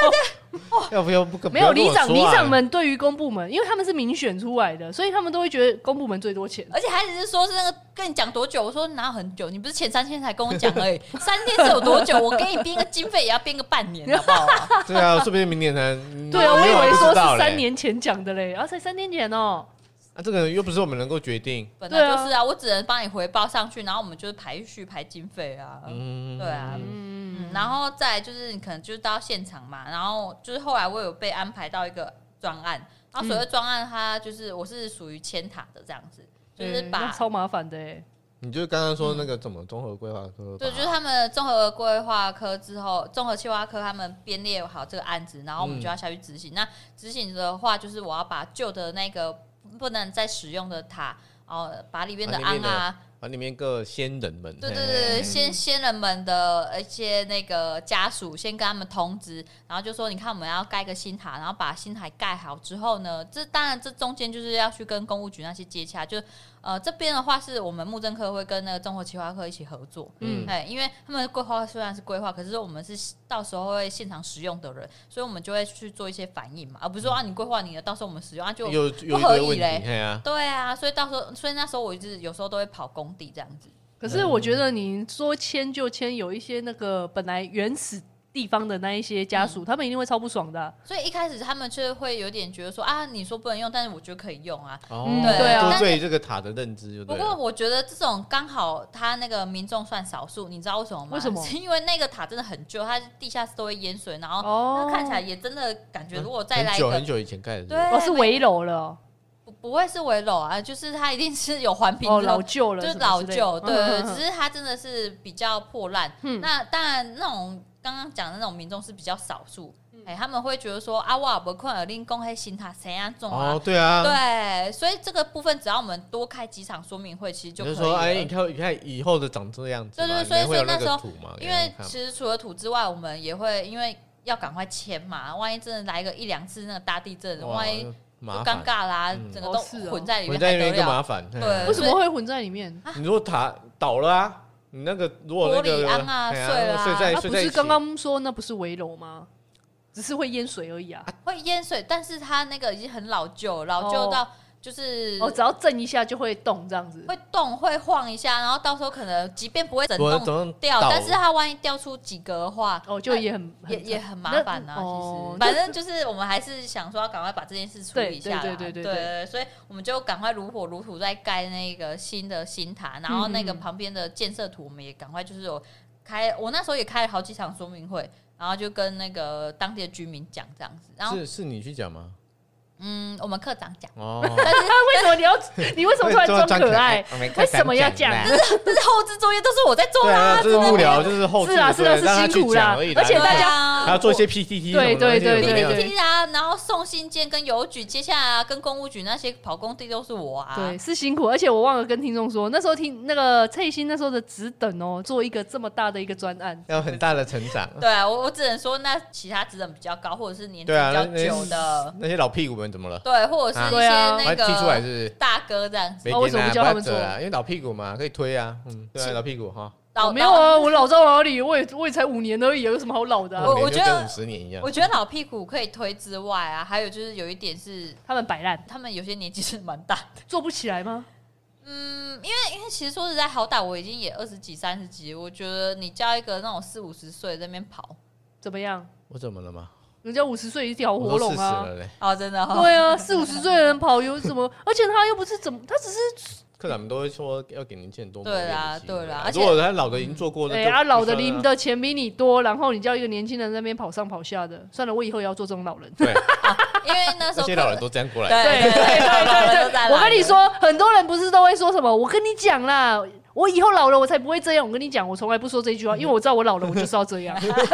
C: 哦
A: 要不要不跟
B: 没有
A: 不要跟
B: 里
A: 我
B: 长，
A: 说
B: 里
A: 啊
B: 长们对于公部门，因为他们是民选出来的，所以他们都会觉得公部门最多钱。
C: 而且还只是说是那个跟你讲多久？我说哪有很久？你不是前三天才跟我讲而已，三天是有多久？我给你编个经费也要编个半年，好不好、啊？
A: 对啊，说不定明年 才。嗯
B: 对啊，我
A: 没
B: 以
A: 有
B: 为
A: 不知
B: 说
A: 道
B: 是
A: 嘞
B: 三年前讲的嘞，然后啊才三年前哦。
A: 啊，这个又不是我们能够决定。
C: 本
B: 对
C: 来
B: 啊
C: 就是啊，我只能帮你回报上去，然后我们就是排序排经费啊。
A: 嗯，
C: 对啊嗯，
B: 嗯，
C: 然后再来就是你可能就是到现场嘛，然后就是后来我有被安排到一个专案，然后所谓
B: 嗯
C: 专案它就是我是属于牵塔的这样子，就是
B: 嗯那
C: 把
B: 超麻烦的哎。
A: 你就刚刚说那个怎么综合规划，
C: 对，就是他们综合规划科之后，综合计划科他们编列好这个案子，然后我们
A: 嗯
C: 就要下去执行。那执行的话，就是我要把旧的那个不能再使用的塔，哦，把里面的
A: 把里
C: 安
A: 面的
C: 啊，
A: 把里面各先人们，
C: 对对
A: 嘿
C: 对，
A: 嘿
C: 对先先人们的呃一些那个家属先跟他们通知，然后就说你看我们要盖个新塔，然后把新塔盖好之后呢，这当然这中间就是要去跟公务局那些接洽，就呃这边的话是我们木政科会跟那个综合企划科一起合作，
B: 嗯
A: 嗯，
C: 哎，因为他们的规划虽然是规划，可是我们是到时候会现场使用的人，所以我们就会去做一些反应嘛，而不是说啊你规划你的，到时候我们使用啊就
A: 嗯有有一
C: 合
A: 堆
C: 理
A: 问题，
C: 嘞
A: 嘿啊，
C: 对啊，所以到时候所以那时候我一直有时候都会跑工地这样子，
B: 可
A: 嗯
B: 是我觉得你说迁就迁，有一些那个本来原始地方的那一些家
C: 嗯
B: 属，他们一定会超不爽的啊。
C: 所以一开始他们就会有点觉得说啊，你说不能用，但是我觉得可以用啊。
A: 哦
B: 嗯对啊
A: 就
C: 但
A: 是对这个塔的认知就
C: 不
A: 对啊了。
C: 过我觉得这种刚好他那个民众算少数，你知道为什么吗？
B: 为什么
C: 是因为那个塔真的很旧，它地下室都会淹水，然后
B: 哦
C: 那看起来也真的感觉，如果再来
A: 很
C: 一
A: 久
C: 个
A: 很，久以前盖的，
C: 对，，啊
B: 哦是围楼了哦，
C: 不不会是围楼啊，就是它一定是有环评
B: 哦
C: 之
B: 老
C: 后。
B: 旧了
C: 就
B: 什么
C: 是
B: 之类的，
C: 老旧，对对，
B: 嗯
C: 对只是它真的是比较破烂。
B: 嗯
C: 那当然，那种刚刚讲的那种民众是比较少数，
B: 嗯
C: 哎，他们会觉得说啊，哇，不困尔令公黑新塔谁啊种啊
A: 哦，，对啊，
C: 对，所以这个部分只要我们多开几场说明会，其实就
A: 你
C: 可
A: 就
C: 以
A: 说，
C: 了。
A: 哎，你看，你看以后的长这样子嘛，
C: 对对所以
A: 你会有
C: 所以那
A: 个
C: 时候
A: 图嘛，
C: 因
A: 给他们
C: 为
A: 看嘛
C: 其实除了土之外，我们也会因为要赶快签嘛，万一真的来个一两次那个大地震，
A: 哇
C: 万一就
A: 麻
C: 尴
A: 烦，
C: 尬啦，
A: 嗯
C: 整个
B: 哦是
C: 都
B: 哦
C: 混在里
A: 我
C: 面
A: 在那
C: 还
A: 边
C: 得
A: 更麻
C: 了。
A: 烦，嗯嘿
C: 对
B: 为什么会混在里面？
C: 啊
A: 你如果塔倒了啊，你那个如果那
C: 玻璃
A: 个
C: 安啊
A: 嘿
C: 碎了啊
A: 睡在
B: 他
A: 睡
B: 不
A: 在一
B: 是
A: 起
B: 刚刚说那不是围楼吗？只是会淹水而已啊。
C: 会淹水，但是它那个已经很老旧，老旧
B: 哦
C: 到就是
B: 哦，只要震一下就会动这样子。
C: 会动会晃一下，然后到时候可能即便不会整
A: 我
C: 栋
A: 怎么
C: 掉，
A: 倒
C: 但是它万一掉出几格的话，
B: 哦，就
C: 哎
B: 也很
C: 也
B: 很
C: 也
B: 惨
C: 很麻烦呐、
B: 那
C: 其
B: 哦
C: 实，反正就是我们还是想说要赶快把这件事处理一下啦。
B: 对对对对对
C: 所以我们就赶快如火如荼在盖那个新的新塔，然后那个
B: 嗯嗯嗯
C: 旁边的建设图我们也赶快就是有开，我那时候也开了好几场说明会，然后就跟那个当地的居民讲这样子，然后
A: 是是你去讲吗？
C: 嗯，我们课长讲，
D: 哦，
C: 但是
B: 那啊为什么你要？你为什么突然装可
A: 哎
B: 爱？？ 为什么要讲
C: 但是后置作业都是我在做
A: 对
C: 啦
A: 啊，，这是
C: 真的
A: 幕僚，就是后
B: 是啊
A: 置
B: 是啊
A: 对
B: 是
A: 让他
B: 辛苦
A: 去讲
B: 啦
A: 而已
B: 而且
C: 对
B: 大家
C: 啊
A: 还要做一些 PPT，
B: 对对对对对
C: PPT 啊， 然后送信件跟邮局，接下来啊跟公务局那些跑工地都是我啊。
B: 对，是辛苦，而且我忘了跟听众说，那时候听那个蔡欣那时候的职等哦，做一个这么大的一个专案，
A: 要很大的成长。
C: 对啊，我我只能说，那其他职等比较高，或者是年纪
A: 对
C: 比
A: 啊，
C: 较
A: 那那
C: 久的，
A: 那些老屁股们怎么了？
C: 对，或者是一
B: 对啊
C: 些
A: 把
C: 那
A: 他踢出来是不是？
C: 个大哥这样子。
A: 没
B: 哦为什么
A: 劲啊
B: 不叫他们
A: 要
B: 做
A: 折啊？因为老屁股嘛，可以推啊。嗯，对啊，老屁股哈，
C: 老
B: 没有啊，我老到哪里？我也我也才五年而已，有什么好老的啊、
C: 我
A: 每年就
C: 觉得
A: 跟五十年一样
C: 我。觉得老屁股可以推之外啊，还有就是有一点是，
B: 他们摆烂，
C: 他们有些年纪是蛮大的。
B: 做不起来吗？
C: 嗯，因为因为其实说实在，好歹我已经也二十几、三十几，我觉得你叫一个那种四五十岁在那边跑，
B: 怎么样？
A: 我怎么了嘛？
B: 人家五十岁一条
A: 我
B: 活
A: 都
B: 龙
A: 四十
B: 啊！
A: 了嘞。
C: 哦，真的哈、
B: 对啊，四五十岁的人跑有什么？而且他又不是怎么，他只是
A: 课长们都会说要给年轻人多磨
C: 对
A: 练
C: 啦
A: 的机会
C: 对啦
A: 啊
C: 而且嗯
A: 如果他老的已经做过，那
B: 哎
A: 就
B: 啊，老
A: 不
B: 的
A: 算
B: 领
A: 了
B: 的钱比你多，然后你叫一个年轻人在那边跑上跑下的，算了，我以后也要做这种老人。
A: 对，
C: 因为那时
A: 那
C: 候
A: 些
C: 课
A: 老人都这样过来。
C: 对
B: 对对对 对，我跟你，说，很多人不是都会说什么？我跟你讲啦，我以后老了我才不会这样。我跟你讲，我从来不说这句
A: 嗯
B: 话，因为我知道我老了我就是要这 样，我 绝对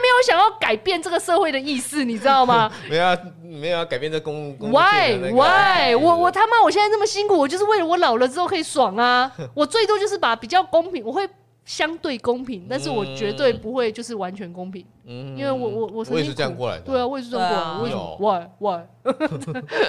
B: 没有想要改变这个社会的意思，你知道 吗？
A: 没有啊，没有要改变这公务。公务界
B: Why
A: 的那个哎
B: why？
A: 对
B: 我我他妈我现在这么辛苦，我就是为了我老了之后可以 爽啊！我最多就是把比较公平，我会相对公平，但是我绝对不会就是完全公平，
A: 嗯
B: 因为我我我曾
A: 我也
B: 经
A: 是这样过来的。
B: 对啊，我也是这样过来，为什么 why why？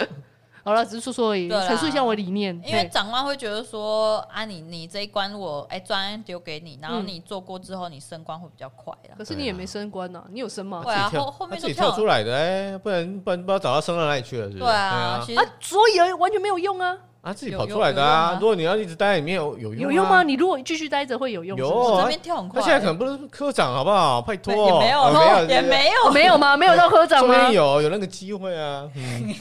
B: 好了，只是说说而已，
C: 对啦
B: 陈述一下我的理念。
C: 因为
B: 嘿
C: 长官会觉得说啊，你你这一关我哎专案丢给你，然后
B: 嗯
C: 你做过之后，你升官会比较快啦。
B: 可是你也没升官呐，你有升吗
C: 对？啊，
A: 自己跳
C: 后后
A: 他
C: 面
A: 自
C: 就
A: 己跳出来的，哎，不然不然不知道找他升到哪里去了，是不是？
C: 对啊，其实
B: 啊，所以而完全没有用啊，
A: 啊，自己
C: 有
A: 跑
C: 有
A: 出来的
C: 有用
A: 啊
C: 吗。
A: 如果你要一直待在里面，有有用啊
B: 有用吗？？你如果继续待着会有用？
A: 有
B: 是不是
A: 哦
C: 这边跳很
A: 他
C: 快，
A: 现在可能不是科长，好不好？拜托，
C: 对也没有
A: 啊
C: 咯，
A: 没有
C: 也没有
B: 哦没有吗？没有到科长
A: 说不
B: 吗
A: 定？有有那个机会啊，嗯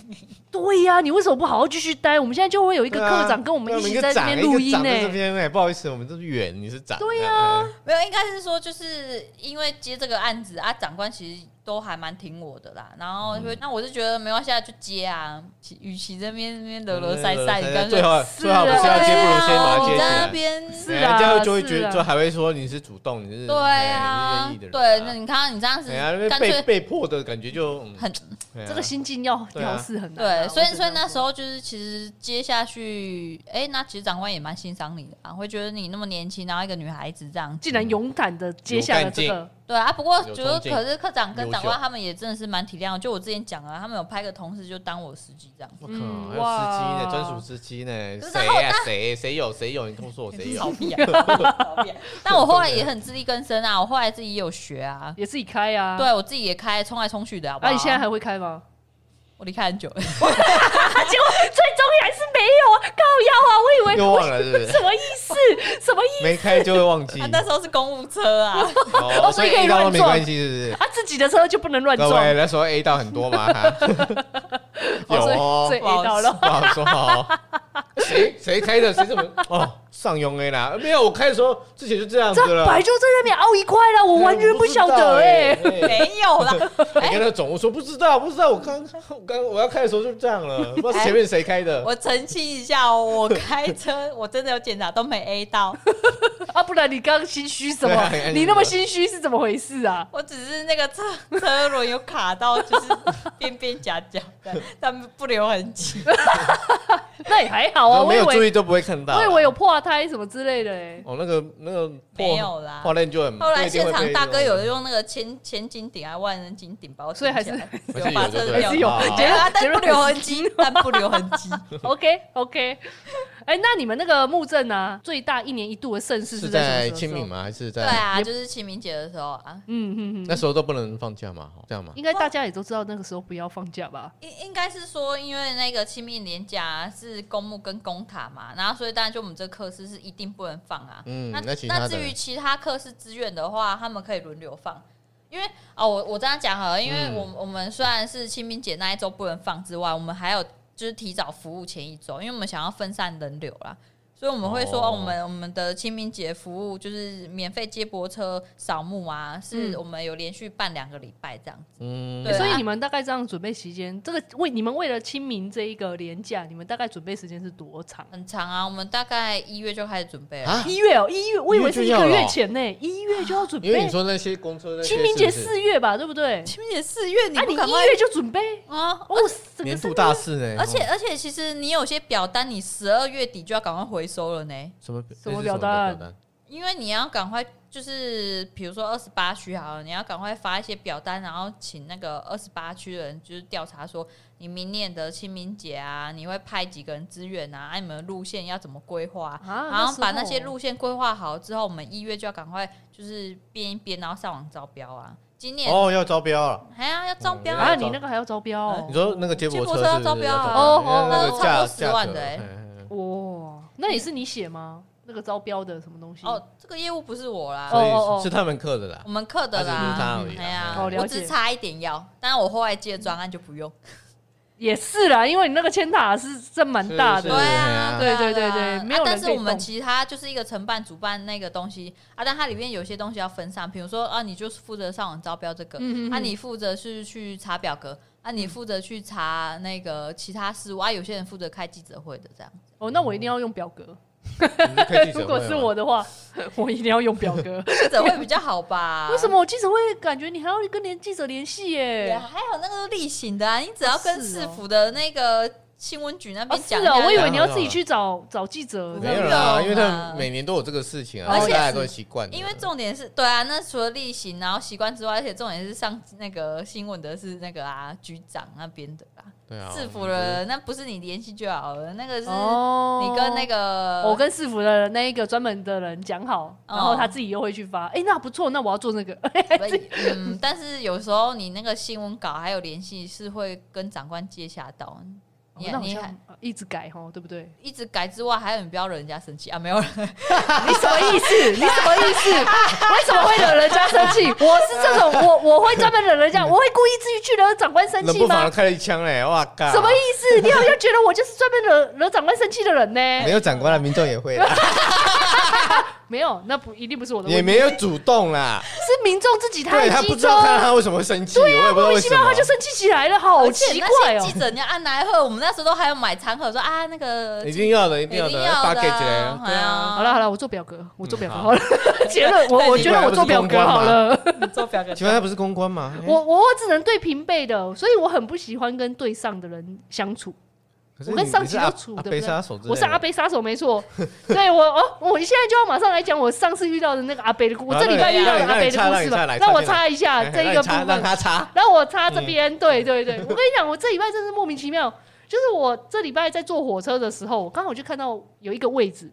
B: 对呀、你为什么不好好继续待？我们现在就会有一个
A: 对啊
B: 科长跟我们
A: 对
B: 一
A: 啊
B: 起
A: 个
B: 在这
A: 长
B: 边
A: 一个
B: 录音欸
A: 长
B: 呢、
A: 在这边哎，不好意思，我们这是远，你是长，
B: 对啊
A: 呀，
C: 没有，应该是说就是因为接这个案子啊，长官其实都还蛮挺我的啦。然后
A: 嗯
C: 就会、那我是觉得没关系，啊，就接啊。其与其这边那
A: 哎
C: 边惹惹塞塞，你干脆
A: 最好
B: 是
A: 最好不
B: 啊
A: 是要接，不如先把它
C: 你
A: 接起
C: 在那
A: 来。
C: 边
B: 是
A: 人
B: 啊
A: 家就会觉
B: 是啊
A: 得，就还会说你是主动，你是
C: 对啊
A: 哎你是愿意，的
C: 对，
A: 人
C: 那
A: 啊，
C: 你看你这样子
A: 哎呀，因为
C: 干
A: 被
C: 脆
A: 被迫的感觉就嗯
C: 很
A: 哎呀
B: 这个心境要
A: 对啊
B: 调试很难啊、
C: 对，所以
B: 我只能
C: 所以那时
B: 说
C: 候就是其实接下去，哎、那其实长官也蛮欣赏你的啊，会觉得你那么年轻，然后一个女孩子这样子，
B: 竟然勇敢的接下了这
A: 有
B: 个
A: 干，
C: 对啊。不过
A: 有
C: 觉得
A: 冲劲
C: 可是科长跟
A: 优
C: 长官
A: 秀
C: 他们也真的是蛮体谅的，就我之前讲啊，他们有派个同事就当我司机这样。
A: 我靠，
B: 嗯
A: 还有司机
B: 哇
A: 呢，专属司机呢，
C: 可是
A: 谁
C: 后
A: 呀谁谁有谁有？你跟我
B: 哎
A: 说我谁
C: 草
A: 有？
C: 屁啊！草屁啊但我后来也很自力更生啊，我后来自己也有学啊，
B: 也自己开啊。
C: 对，我自己也开冲来冲去的，好不
B: 那、啊
C: 好？
B: 你现在还会开吗？
C: 我离开很久了，
B: 啊，结果最终还是没有啊，高腰啊，我以为
A: 又
B: 我
A: 忘了是不是？
B: 什么意思？什么 意
A: 没开就会忘记
B: 啊
C: 他，那时候是公务车啊，
A: 哦
B: 所以可以
A: 遇到都
B: 乱
A: 没
B: 撞
A: 关系，是不是？
B: 啊？自己的车就不能乱
A: 各
B: 撞，
A: 位
B: 哦
A: 那时候 A 到很多吗？ 哈有哦
B: 所以，所以 A 到了。
A: 不好说哦。谁谁开的？谁怎么？哦，上庸 A 啦，没有，我开的时候之前就这样子
B: 这
A: 了。
B: 本来就在那边哦凹一块了，我完全不晓得
A: 哎。
B: 哎、
A: 哎
C: 没有啦，
A: 我跟那个总务说不知道，不知道，我刚我刚我要开的时候就这样了，不知道是前面谁开的。
C: 我澄清一下哦，我开车我真的有检查都没 A 到，
B: 啊，不然你刚刚心虚什
A: 哎对啊
B: 么
A: 很安？静
B: 你那么
A: 的
B: 心虚是怎么回事啊？
C: 我只是那个车车轮有卡到，就是边边夹角的，但不留痕 迹。
B: 那也还好啊，我
A: 哎没
B: 以
A: 有
B: 为
A: 注意都不会看到。
B: 我以为有破胎什么之类的哎、
A: 哦，那个那个破
C: 没有啦
A: 破烂就很。
C: 后来现
A: 不一
C: 场
A: 定会被
C: 大哥有用那个千千斤顶还万人斤顶把我顶
B: 所以还是
C: 起来
A: 还
C: 有
A: 是
C: 把
A: 有就
C: 车子
A: 对
B: 还
A: 了
B: 是有
A: 好好好
B: 结
C: 啊
B: 论，
C: 但
B: 结
C: 不
B: 论
C: 留痕迹，但不留痕迹。
B: OK OK，哎、那你们那个木镇啊，最大一年一度的盛事
A: 是在
B: 在什么时候
A: 清明？吗？还是
C: 对
A: 在
C: 啊，就是清明节的时候啊，
B: 嗯嗯
A: 那
B: 嗯，
A: 时候都不能放假嘛？哦这样嘛？
B: 应该大家也都知道那个时候不要放假吧？
C: 应应该是说，因为那个清明年假是公墓跟公塔嘛，然后所以当然就我们这课是是一定不能放啊。
A: 嗯
C: 那
A: 那其他的
C: 至于其他课是自愿的话，他们可以轮流放。因为哦，我我这样讲好了，因为
A: 嗯
C: 我、我们虽然是清明节那一周不能放之外，我们还有就是提早服务前一周，因为我们想要分散人流啦，所以我们会说，
A: 哦
C: 哦我们我们的清明节服务就是免费接驳车扫墓啊，是
B: 嗯
C: 我们有连续办两个礼拜这样子。
A: 嗯，
C: 对
B: 所以
C: 啊
B: 你们大概这样准备期间，这个为你们为了清明这一个廉假，你们大概准备时间是多长？
C: 很长啊，我们大概一月就开始准备了。
A: 啊，
B: 一月哦，一月，我以为是一个
A: 一月就要
B: 月
A: 了
B: 前呢、一月就要准
A: 因为
B: 备
A: 你。说那些公车那些
B: 清明节
A: 是不是
B: 四月吧，对不对？
C: 清明节四月，你
B: 啊，你
C: 不赶
B: 一
C: 快
B: 月就准备
C: 啊！
B: 哦，整个
A: 年度
B: 圣
A: 大
B: 诞
A: 事呢，
C: 而且
A: 哦
C: 而且，其实你有些表单，你十二月底就要赶快回收了呢，
A: 什么
B: 什
A: 那
B: 么
A: 是
B: 表
A: 单
B: 单
C: 因为你要赶快，就是比如说二十八区好了，你要赶快发一些表单，然后请那个二十八区的人就是调查说，你明年的清明节啊，你会派几个人支援啊？啊，你们的路线要怎么规划？
B: 啊，
C: 然后
B: 时
C: 把那些
B: 候
C: 路线规划好之后，我们一月就要赶快就是编一编，然后上网招标啊。今年
A: 哦，要招标了。
C: 哎呀、要招
A: 嗯
C: 标
B: 啊，你那个还要招标哦
A: 哎你说那个接驳车
C: 接驳车要
A: 是不是
C: 招
A: 要
C: 标啊
A: 招标
B: 哦
A: 因为那
C: 哦
A: 个
C: 哦
A: 价
C: 差不多10万的欸
A: 价格嗯嗯嗯
B: 哇，那也是你写吗？那个招标的什么东西？
C: 哦，这个业务不是我啦，
A: 所以
B: 哦哦
A: 是是他们刻的啦
C: 我。们课
A: 他
C: 的
A: 只是他
C: 啦
A: 而已，啦
C: 哎呀，
A: 哦
B: 了
C: 我只
B: 解
C: 差一点要，但是我后来接的专案就不用。
B: 也是啦，因为你那个签塔是真蛮大
A: 是
B: 的
A: 是
C: 对啊，
B: 对
C: 啊
B: 对对
C: 啊
B: 对
C: 啊
B: 没有人
C: 但是
B: 可以
C: 我们
B: 动
C: 其他就是一个承办、主办那个东西啊，但它里面有些东西要分散，比如说啊，你就是负责上网招标这个，
B: 嗯嗯嗯
C: 啊，你负责是去查表格，啊，你负责去查那个其他事务，啊，有些人负责开记者会的这样。
B: 哦，那我一定要用表格。
A: 你是 开记者
B: 如果
A: 会
B: 是
A: 吗
B: 我的话，我一定要用表格。
C: 记者会比较好吧？
B: 为什？么我记者会感觉你还要跟连记者联系
C: 也
B: 耶？
C: 啊还有那个例行的啊，你只要跟
B: 是
C: 市
B: 哦
C: 府的那个新闻局那
B: 哦，
C: 边
B: 是
C: 讲一
B: 哦，
C: 下。
B: 我以为你要自己去找找记者。
A: 没有
C: 哪
A: 啦，
C: 有
A: 因为他们
C: 嘛
A: 每年都有这个事情啊，
C: 哦而
A: 大
C: 且
A: 家都会习惯了。
C: 因为重点是对啊，那除了例行，然后习惯之外，而且重点是上那个新闻的是那个啊局长那边的啦，
A: 对啊，
C: 制服了，那不是你联系就好了，那个是
B: 哦
C: 你跟那个
B: 我跟市府的那一个专门的人讲好，
C: 哦
B: 然后他自己又会去发。哎、那不错，那我要做那个。
C: 嗯，但是有时候你那个新闻稿还有联系是会跟长官接下到，你
B: 那好
C: 你
B: 像
C: 还
B: 呃一直改哈，对不对？
C: 一直改之外，还有你不要惹人家生气啊，没有了，
B: 你什么意思？ 你什么意思？为什么会惹人家生气？我是这种，我我会专门惹人
C: 嗯
B: 家，我会故意自己去惹长官生
A: 冷
B: 气
A: 不防
B: 吗
A: 地？开了一枪嘞， 哇
C: 啊
A: 靠！
B: 什么意思？你好像觉得我就是专门惹惹长官生气的人呢、
A: 没有长官了，啊民众也会啦，
B: 没有，那不一定不是我的问
A: 也
B: 题，
A: 没有主动啦。
B: 是民众自己
A: 对
B: 已
A: 他不
B: 经
A: 知道看到
B: 啊，
A: 他为什么生气，我也不知道
B: 莫
A: 为
B: 名其
A: 什
B: 妙
A: 么
B: 他就。生气起来了，好
C: 而且
B: 奇怪
C: 那
B: 哦
C: 些记。者人家按来喝，我们那时候都还有买餐盒说啊那个
A: 一定要的，一定要
C: 一定
A: 的，
C: 要的
A: 发
C: 啊
A: 给起来。对
C: 哎呀
A: 啊，
B: 好了好了，我做表格，我做表格
A: 嗯
B: 好了。结论，我我觉得我做表格好了。
C: 做表格
A: 请问他不是公关吗？哎
B: 我我我只能对平辈的，所以我很不喜欢跟对上的人相处。
A: 可是
B: 我跟
A: 你
B: 上
A: 你
B: 级
A: 是阿
B: 都处
A: 阿
B: 对不
A: 贝
B: 对
A: 杀手之类的，
B: 我是阿贝杀手，没错。对我哦，我现在就要马上来讲我上次遇到的那个阿贝的故，我
A: 好
B: 这礼拜遇到的阿贝的故事吧
A: 哎让你让你插让你插来。
B: 让我
A: 插进来
B: 插一下
A: 哎
B: 这一
A: 让
B: 个
A: 你
B: 部
A: 插让
B: 分，
A: 他插。
B: 然后我插这边。对对对，我跟你讲，我这礼拜真是莫名其妙，就是我这礼拜在坐火车的时候，我刚好就看到有一个位置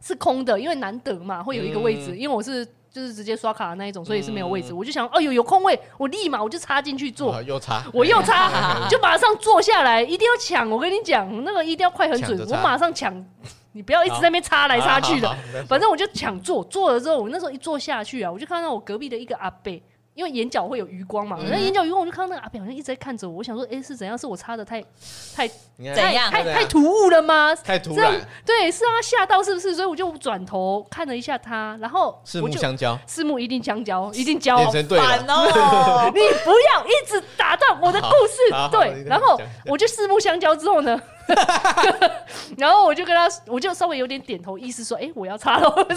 B: 是空的，因为难得嘛，会有一个位置，
A: 嗯
B: 因为我是。就是直接刷卡的那一种，所以是没有位置。
A: 嗯
B: 我就想，哦，有有空位，我立马我就插进去坐。
A: 啊又插，
B: 我又
A: 哎
B: 插，就马上坐下来，一定要抢。我跟你讲，那个一定要快很准
A: 抢着，
B: 我
A: 插
B: 马上抢，你不要一直在那边插来插去。的
A: 好。好 好
B: 反正我就抢坐，坐了之后，我那时候一坐下去啊，我就看到我隔壁的一个阿伯，因为眼角会有余光嘛，
A: 嗯
B: 那眼角余光我就看到那个阿伯好像一直在看着我，我想说，哎，是怎样？是我插的太
A: 你看
C: 怎样
B: 太
A: 对啊
B: 太突兀了吗？
A: 太突
B: 这样
A: 然，
B: 对，是让他吓到是不是？所以我就转头看了一下他，然后
A: 四
B: 我
A: 目
B: 就
A: 相交，
B: 四目一定相交，一定交，
A: 眼神对了
C: 烦。哦。
B: 你不要一直打断我的故事
A: 好好。好
B: 对
A: 你，
B: 然后
A: 讲
B: 我就四目相交之后呢， 然后我就跟他，我就稍微有点点头，意思说，哎，我要插喽，
A: 你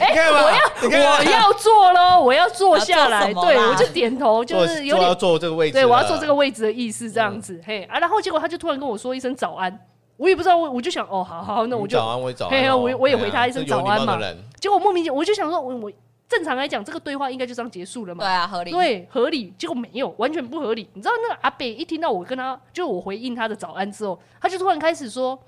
B: 哎，
A: 看嘛
B: 我
A: 你
B: 要
A: 看嘛
B: 我要坐喽，我要坐下
C: 要做
B: 来。
C: 什么啦
B: 对，我就点头，就
A: 坐
B: 是有
A: 坐要
B: 点
A: 坐这个位置，啊
B: 对我要坐这个。位置的意思这样子。嘿啊，然后结果他就突然跟我说一声早安，我也不知道，我我就想，哦，好好，那我
A: 你
B: 就
A: 早安，我也早安哦。
B: 嘿嘿我也我也
A: 对啊
B: 回他一声
A: 是有
B: 早安
A: 礼貌的
B: 嘛
A: 人
B: 结果莫名其妙，我就想说，我我正常来讲，这个对话应该就这样结束了嘛
C: 对。啊，合理。
B: 对，合理。结果没有，完全不合理。你知道那个阿北一听到我跟他，就我回应他的早安之后，他就突然开始说：“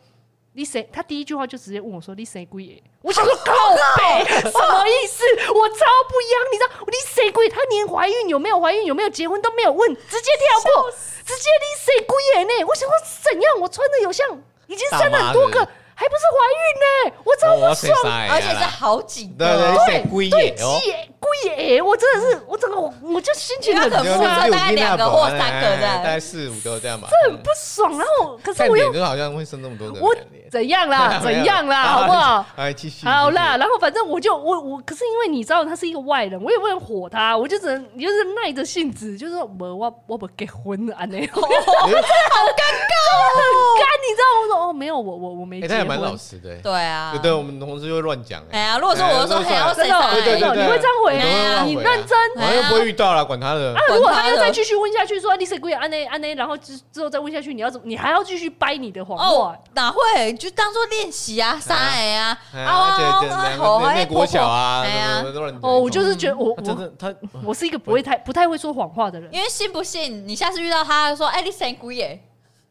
B: 你谁？”他第一句话就直接问我说：“你谁鬼耶？”我想说靠北，什么意思？我超不一样，你知道？你谁鬼？他连怀孕有没有怀孕、有没有结婚都没有问，直接跳过，直接你谁鬼耶呢？我想说怎样？我穿的有像已经生了很多个，
A: 大妈
B: 还不是怀孕呢？我超
A: 哦我
B: 不
A: 要
B: 爽
A: 谁。杀呀
C: 而且是
A: 啦
C: 好几
A: 对对
C: 个，
A: 谁
B: 对
A: 鬼耶
B: 对，
A: 哦
B: 鸡耶，龟耶、我真的是，我整个我我就心情很
C: 你要
B: 不
C: 很复
B: 爽，
C: 杂大概两个或三个
A: 哎
C: 这样
A: 大概四五个这样吧。
B: 很不爽。然后，可是
A: 看
B: 我
A: 脸
B: 又
A: 就好像会生这么多的
B: 我
A: 人脸
B: 怎样啦？怎样啦？
C: 啊
B: 好不 好？？
A: 哎，继续。
B: 好啦，然后反正我就我我，可是因为你知道他是一个外人，我也不能火他，我就只能就是耐着性子，就是说我我我不结婚啊 那种，
A: 继续，
B: 哦
C: 哎
B: 干你知道我说哦没有我我我没
A: 哎，
B: 结
A: 他也
B: 婚，
A: 蛮老实的。
C: 对啊
A: 有，的我们同事就会乱讲，啊
C: 哎呀，如果说我就说，
A: 哎
C: 嘿，要
A: 那
C: 谁
B: 真的哦
C: 上
A: 对对
B: 真的哦
A: 对
B: 你会这样回
A: 对对对
B: 啊？你
A: 我会这样回啊
B: 认真。
A: 好像不会遇到啦，管他的
B: 啊。！如果
C: 管他
B: 他又
C: 的
B: 再继续问下去，说你是贵安内安内，然后之之后再问下去，你要怎么？你还要继续掰你的谎话
C: 哦？，哪会？就当做练习啊，杀哎啊，
A: 哎
B: 哦
A: 而且两个那国小啊，
C: 哎呀
A: 什，么的乱讲
B: 哦，我就是觉得我
A: 他真
B: 我
A: 的他
B: 我是一个不会太不太会说谎话的人，
C: 啊因为信不信？你下次遇到他就说，哎，你谁姑耶？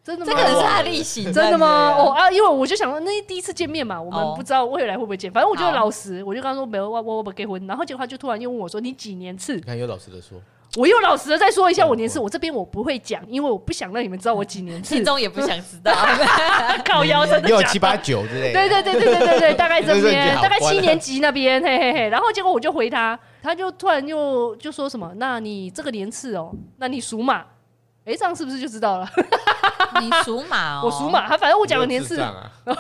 B: 真的
C: 这
B: 吗？
C: 可能是他的例 行，
B: 真的吗？
C: 对
B: 哦，啊，因为我就想说，那第一次见面嘛，我
C: 哦
B: 们不知道未来会不会见，反正我就
C: 好
B: 老实，我就跟他说没有，我我我不结婚，然后结果他就突然又问我说你几年次
A: 你？看有老师的说，
B: 我又老实的再说一下
A: 嗯
B: 我年次，我这边我不会讲，因为我不想让你们知道我几年 次
C: 听。众也不想知道。
B: 靠腰真的
A: 六
B: 假的
A: 七八九之类的。
B: 对对对对对对对，大概这
A: 这啊是你
B: 边，
A: 好
B: 大概
A: 关
B: 七
A: 的
B: 年级那边，嘿嘿嘿。然后结果我就回他，他就突然又就说什么，那你这个年次哦，那你属马，哎，这样是不是就知道了？
C: 你属马哦，
B: 我属马，他反正我
A: 我
B: 讲的年次
A: 啊，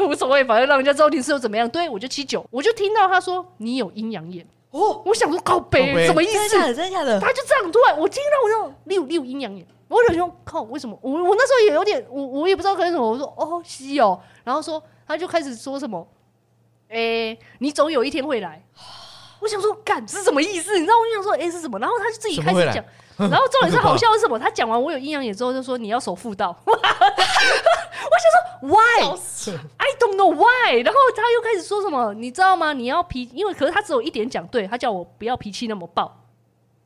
B: 无所谓，反正让人家知道你是又怎么样。对我就七九，我就听到他说你有阴阳眼，
C: 哦，
B: 我想说靠北
A: 靠北
B: 什么意
C: 真的
B: 思
C: 假？的？真的假的？
B: 他就这样突然，我听到我就六六阴阳眼，我有说靠，为什么？我我那时候也有点，我我也不知道该什么，我说哦西哦，然后说他就开始说什么，诶、你总有一天会来。 我想说，干是什么意思？你知道，我就想说，诶，是什么？然后他就自己
A: 什么
B: 开始
A: 会来
B: 讲， 然后重点是
A: 好可怕
B: 好笑是什么？他讲完我有阴阳眼之后，就说你要守妇道。 我想说，why？
C: 笑死
B: I don't know why。然后他又开始说什么，你知道吗？你要脾，因为可是他只有一点讲对，他叫我不要脾气那么暴。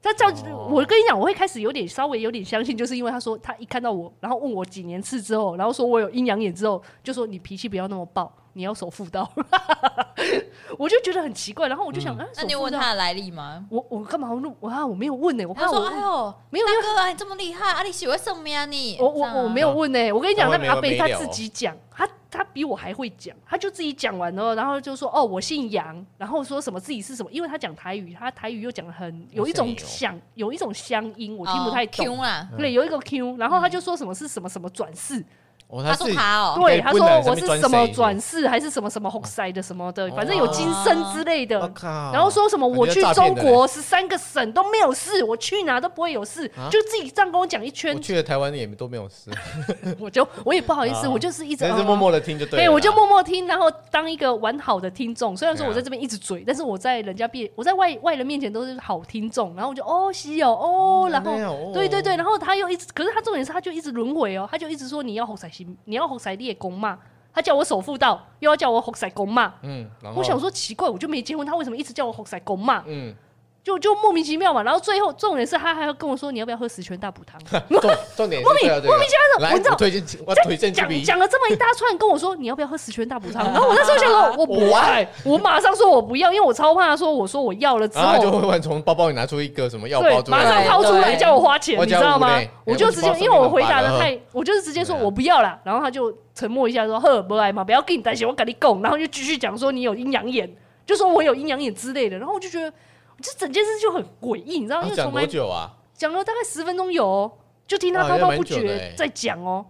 B: 他这样子，
A: 哦
B: 我跟你讲，我会开始有点稍微有点相信，就是因为他说他一看到我，然后问我几年次之后，然后说我有阴阳眼之后，就说你脾气不要那么暴，你要守妇道。 我就觉得很奇怪，然后我就想，
A: 嗯
B: 啊，
C: 那你有
B: 守妇
C: 问
B: 道
C: 他，的来历吗？
B: 我我干嘛要录啊？我没有问呢、我
C: 他
B: 怕我
C: 说：“
B: 问
C: 哎呦，
B: 没有，因为
C: 大哥啊，你这么厉害，啊，你喜欢什么呀你？”
B: 我我我没有问呢、欸我跟你讲，
A: 他
B: 那
A: 会
B: 个阿贝
A: 哦没
B: 他
A: 完没了
B: 自己讲，他他比我还会讲，他就自己讲完了，然后就说哦，我姓杨，然后说什么自己是什么，因为他讲台语，他台语又讲的很有一种
A: 好像
B: 响，有一种乡音，我
C: 我
B: 听不太懂。
C: 啦。
A: 嗯
B: 对，有一个 Q，然后他就说什么是什么什么转世，
A: 哦，
C: 他
A: 是
C: 说他哦，
B: 对，
A: 你可
B: 他
A: 以
B: 说
A: 问啊
B: 我
A: 你
B: 是
A: 上面
B: 什么
A: 转谁
B: 转世还是什么什么 h o x i 的什么的，反正有今生之类的
A: 我。哦靠，
B: 然后说什么
A: 感觉
B: 我去
A: 诈骗
B: 中
A: 的
B: 国十三个省都没有事，我去哪都不会有事，
A: 啊
B: 就自己这样跟我讲一圈
A: 我，去了台湾也都没有 事，
B: 我就我也不好意思，
A: 啊
B: 我就是一直
A: 但是
B: 嗯
A: 默默的听就对了啊
B: 对，
A: 啦。
B: 我就默默听，然后当一个完好的听众。虽然说
A: 对啊
B: 我在这边一直嘴，但是我在人家面，我在外外人面前都是好听众。然后我就哦，西哦，哦，然后
A: 没有哦
B: 对对对，然后他又一直，可是他重点是他就一直轮回哦，他就一直说你要红彩心，你要红彩列公嘛，他叫我守妇道，又要叫我红彩公嘛。
A: 嗯，然后
B: 我想说奇怪，我就没结婚，他为什么一直叫我红彩公嘛？
A: 嗯，
B: 就就莫名其妙嘛。然后最后重点是他还要跟我说你要不要喝十全大补 汤。
A: 重重点
B: 莫名莫名其妙的
A: 来，
B: 我知道
A: 我推荐我
B: 这
A: 推荐去
B: 讲
A: 比
B: 讲了这么一大串，跟我说你要不要喝十全大补 汤？然后我那时候想说，我不爱，我马上说我不要，因为我超怕说我说我要了之
A: 然后他啊就
B: 后，
A: 会问从包包里拿出一个什么药包
B: 对，
A: 出
B: 马
A: 来，
B: 上掏出来
C: 对
B: 叫我花钱，
A: 我
B: 你知道
A: 加
B: 吗
A: 五嘞？
B: 我就直接
A: 哎我是
B: 因为我回答的
A: 八十
B: 太，我就是直接说
A: 对啊
B: 我不要啦，然后他就沉默一下说呵不爱嘛，不要跟你担心，我跟你讲，然后就继续讲说你有阴阳眼，就说我有阴阳眼之类的，然后我就觉得这整件事就很诡异，你知道，
A: 然后
B: 因为
A: 讲
B: 从
A: 多
B: 来
A: 久啊？
B: 讲了大概十分钟有、哦，就听他
A: 哇
B: 滔滔
A: 也
B: 不
A: 蛮久的
B: 绝
A: 欸
B: 在讲哦。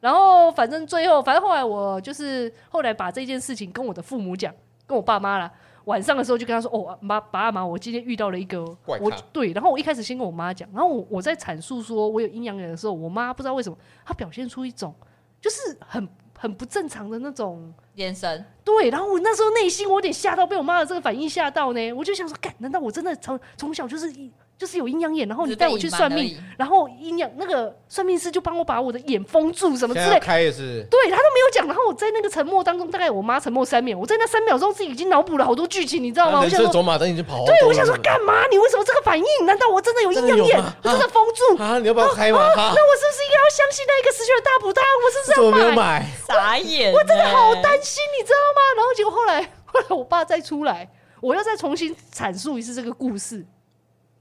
B: 然后反正最后，反正后来我就是后来把这件事情跟我的父母讲，跟我爸妈啦。晚上的时候就跟他说：“哦，妈，爸妈，我今天遇到了一个
A: 怪咖
B: 我对。”然后我一开始先跟我妈讲，然后我我在阐述说我有阴阳眼的时候，我妈不知道为什么她表现出一种就是很很不正常的那种
C: 眼神
B: 对，然后我那时候内心我有点吓到，被我妈的这个反应吓到呢。我就想说，干，难道我真的从从小就是一就是有阴阳眼？然后你带我去算命，，然后阴阳那个算命师就帮我把我的眼封住什么
A: 现
B: 之
A: 在要
B: 类。
A: 开也是
B: 对他都没有讲，然后我在那个沉默当中，大概我妈沉默三秒，我在那三秒钟自己已经脑补了好多剧情，你知道吗？我
A: 啊人
B: 想
A: 生
B: 说，
A: 走马灯已经跑好
B: 对，
A: 多
B: 我想说
A: 了
B: 干嘛？你为什么这个反应？难道我真的有阴
A: 真的
B: 阳
A: 有
B: 眼
A: 吗？
B: 我真的封住？
A: 啊，你要不要开吗？哈，
B: 那我是不是应该要相信那一个十全大补汤？我是不
A: 怎么没
B: 是要
A: 有
B: 买？
A: 买？
C: 傻眼，我真的
B: 好担心，你知道吗？然后结果后来， 后来我爸再出来，我又再重新阐述一次这个故事。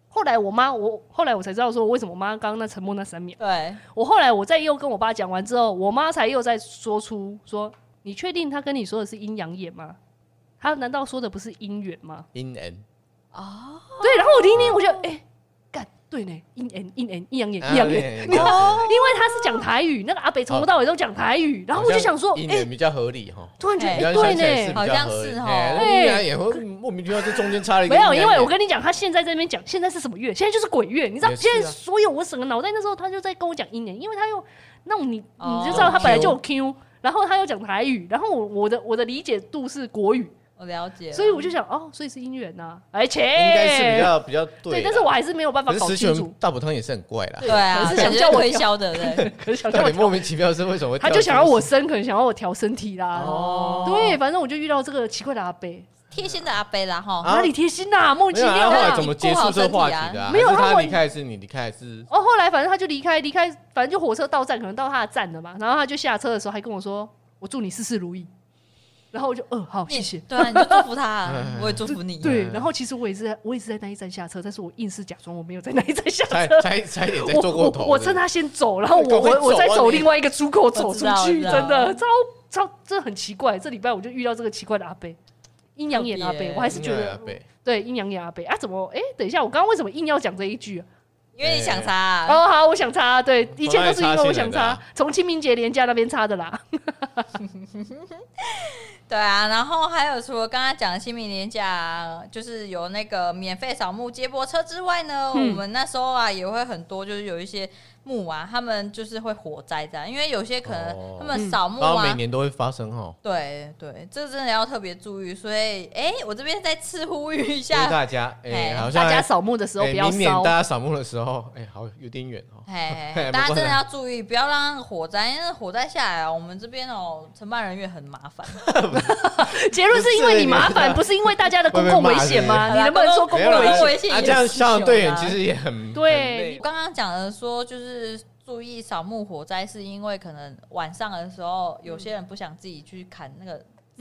B: 后来我妈，我后来我才知道说，为什么我妈刚刚那沉默那三秒。
C: 对，
B: 我后来我再又跟我爸讲完之后，我妈才又再说出说：“你确定他跟你说的是阴阳眼吗？他难道说的不是姻缘吗
A: 阴人？”
C: 哦
B: 对，然后我听一听，我就哎，干对呢，阴眼阴眼阴阳
A: 啊
B: 眼阴阳
A: 眼
B: 眼，
C: 哦，
B: 因为他是讲台语，那个阿北从头到尾都讲台语，然后我就想说，
A: 一
B: 哎，
A: 年比较合理哈。
B: 突然觉得
C: 哎
A: 比较
B: 哎
A: 想
B: 对
A: 起来是
B: 呢
A: 比。较
C: 好像
A: 合理
C: 是哦
A: 哎
B: 哎
A: 阴阳眼会莫名其妙在中间插了一个
B: 没
A: 阴阳眼。
B: 有，因为我跟你讲，他现在在那边讲，现在是什么月？现在就是鬼月，你知道？
A: 也是啊
B: 现在所有我整个脑袋那时候，他就在跟我讲阴年，因为他又那种你
C: 哦
B: 你就知道他本来就有 Q，然后他又讲台语，然后我我的我的理解度是国语，
C: 我了解了，
B: 所以我就想哦，所以是姻缘呐，而且
A: 哎应该是比较比较对
B: 对，
A: 啦，
B: 但是我还是没有办法
A: 可是
B: 搞
A: 石
B: 清楚
A: 泉，大补汤也是很怪啦，
C: 对啊，
B: 可是想
C: 感觉
B: 叫我
C: 推销 的人，
B: 可是想 叫
A: 到
B: 我
A: 底莫名其妙是为什么会
B: 他
A: 掉进去？
B: 就想要我生，可能想要我调身体啦。
A: 哦，
B: 对，反正我就遇到这个奇怪的阿贝，
C: 贴心的阿贝啦哈。
A: 啊
B: 哪里贴心呐，莫名
A: 没
B: 其
A: 有啊，他
B: 妙
A: 后来
B: 啊。
A: 怎么结束这个话题的啊？
B: 没有
A: 还是
B: 他后
A: 他
B: 来
A: 离开还是你离开还是？
B: 哦，后来反正他就离开，离开，反正就火车到站，可能到他的站了嘛。然后他就下车的时候还跟我说：“我祝你事事如意。”然后我就呃好，
C: 你
B: 谢谢。
C: 对啊，你就祝福 他
A: 哎，
C: 我也祝福你。
B: 对，然后其实我也是在，我也是在那一站下车，但是我硬是假装我没有在那一站下
A: 才
B: 车。
A: 才才也在
B: 我
A: 做过
B: 我
A: 头，
B: 我趁他先走，然后
A: 赶
B: 我
A: 快
B: 我我
A: 走
B: 再
A: 啊
B: 走
A: 你
B: 另外一个出口走
C: 我
B: 出
C: 知道我
B: 去，
C: 知道
B: 真的超超这很奇怪。这礼拜我就遇到这个奇怪的阿贝，阴阳眼阿
C: 特
B: 贝，
C: 别
B: 我还是觉得
A: 对
B: 对阴阳眼阿贝啊，怎么哎、等一下，我刚刚为什么硬要讲这一句啊？
C: 因为你想啊啥？
B: 哦，好，我想插，对，以前都是因为我想
A: 从哪里插进来的
B: 插
A: 啊，
B: 从清明节连假那边插的啦。
C: 对啊，然后还有除了刚刚讲的清明年假，就是有那个免费扫墓接驳车之外呢，
B: 嗯
C: 我们那时候啊也会很多，就是有一些墓啊，他们就是会火灾这样，因为有些可能
A: 哦
C: 他们扫墓
B: 嗯
A: 然后每
C: 啊，
A: 年都会发生哈，
C: 对对，这真的要特别注意。所以，哎、我这边再次呼吁一
A: 就是
C: 下，
A: 大家哎，
C: 哎
A: 好像
B: 大家
A: 哎
B: 扫墓的时候不要
A: 明年
B: 烧
A: 大，家扫墓的时候，哎，好有点远 哦，
C: 哎，大家真的要注意，不要让火灾，因为火灾下来啊，我们这边哦，承办人员很麻烦。
B: 结论是因为你麻 烦，不是因为大家的公共危险吗？
C: 会
B: 你
C: 被骂
B: 能不能说公
A: 没
B: 共
A: 有啦
B: 危
C: 公
B: 险
C: 共？危险
A: 啊，
C: 也
A: 这样
C: 是
A: 消防队员
C: 熊啊
A: 其实也很
B: 对
A: 很累
C: 我刚刚讲的说，就是注意扫墓火灾，是因为可能晚上的时候，有些人不想自己去砍那个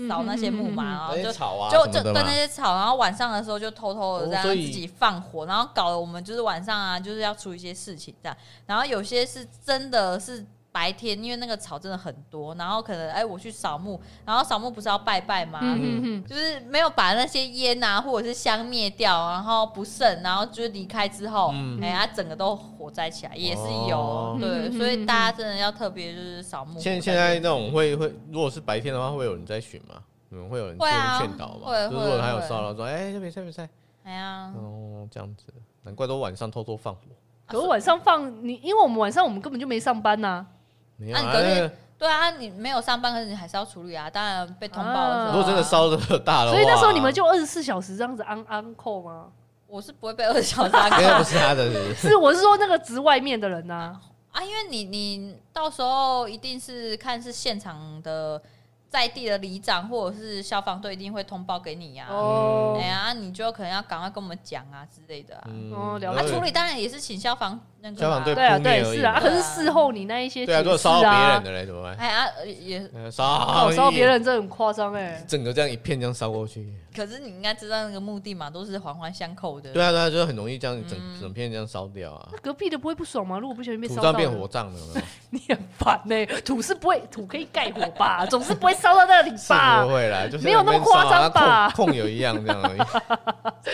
C: 扫那些木马啊，
A: 那些
C: 就
A: 草啊什
C: 就就
A: 么的
C: 对
A: 嘛
C: 那些草，然后晚上的时候就偷偷的这样
A: 哦所
C: 自
A: 以
C: 己放火，然后搞得我们就是晚上啊，就是要出一些事情这样。然后有些是真的是白天，因为那个草真的很多，然后可能哎我去扫墓，然后扫墓不是要拜拜吗？
B: 嗯嗯嗯，
C: 就是没有把那些烟啊或者是香灭掉，然后不剩，然后就是离开之后，
A: 嗯
C: 哎、它整个都火灾起来，也是有，
A: 哦
C: 对，
B: 嗯
C: 所以大家真的要特别就是扫墓。
A: 现现在那种会会，如果是白天的话，会有人在巡吗？你们会有人
C: 会啊
A: 劝导吗？
C: 会
A: 就是如果
C: 会
A: 他有
C: 会
A: 骚扰说，哎，别晒别晒，
C: 哎呀，
B: 嗯
A: 哦，这样子，难怪都晚上偷偷放火。
B: 可是晚上放你，因为我们晚上我们根本就没上班呐。
A: 没有啊，
C: 那你隔天
A: 那个
C: 对啊，你没有上班，可是你还是要处理啊。当然被通报的时候啊、
A: 嗯如果真的烧的大了，
B: 所以那时候你们就二十四小时这样子 on on call 吗？
C: 我是不会被二十小 时打
A: 哇
C: 卡
A: 因为不是他的，是不是
B: 是，我是说那个职外面的人呐。
C: 啊，因为你你到时候一定是看是现场的在地的里长或者是消防队一定会通报给你呀、啊。
B: 哦
C: 哎呀，你就可能要赶快跟我们讲啊之类的啊。
A: 嗯
B: 哦了解
C: 啊，
A: 然后
C: 处理当然也是请消防那个嘛
A: 消防队
B: 对啊，
A: 扑灭
B: 对，
A: 而已
B: 是啊。
A: 嘛
B: 啊可是事后你那一些
A: 嗯对啊，如果
B: 解释
A: 烧到别
B: 啊
A: 人，的嘞怎么 办？
C: 哎啊呃也，
A: 呃烧
B: 哦烧到别，人这很夸张哎。
A: 整个这样一片这样烧过去。
C: 可是你应该知道那个目的嘛，都是环环相扣的。
A: 对啊，对啊，就是很容易这样整整片这样烧掉啊
B: 那，隔壁的不会不爽吗？如果不小心嗯被
A: 土
B: 烧
A: 葬
B: 到的
A: 变火 葬了，有没有
B: 你很烦呢、土是不会，土可以盖火吧， 总是不会烧到那里
A: 是
B: 吧
A: 不？会啦，就是
B: 没有那么
A: 边烧啊
B: 夸张吧
A: 跟控油一样这样 而已，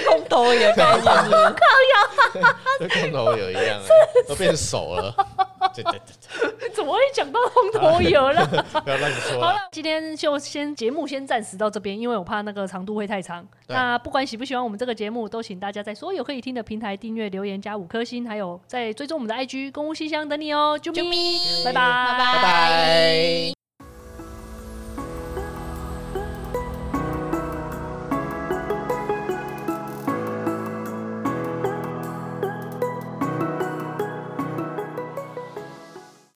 C: 空投也概念是不是
A: 跟控头油一样而已，都变熟了。 对对对，
B: 怎么会讲到红头 油了？
A: 对不要乱说
B: 好
A: 啦。
B: 了，今天就先节目先暂时到这边，因为我怕那个长度会太长。
A: 对
B: 那不管喜不喜欢我们这个节目，都请大家在所有可以听的平台订阅、留言加五颗星，还
C: 嗯
B: 有在追踪我们的 IG 公务信箱等你哦，啾咪，
C: 啾咪
B: 拜拜，
C: 拜
A: 拜拜。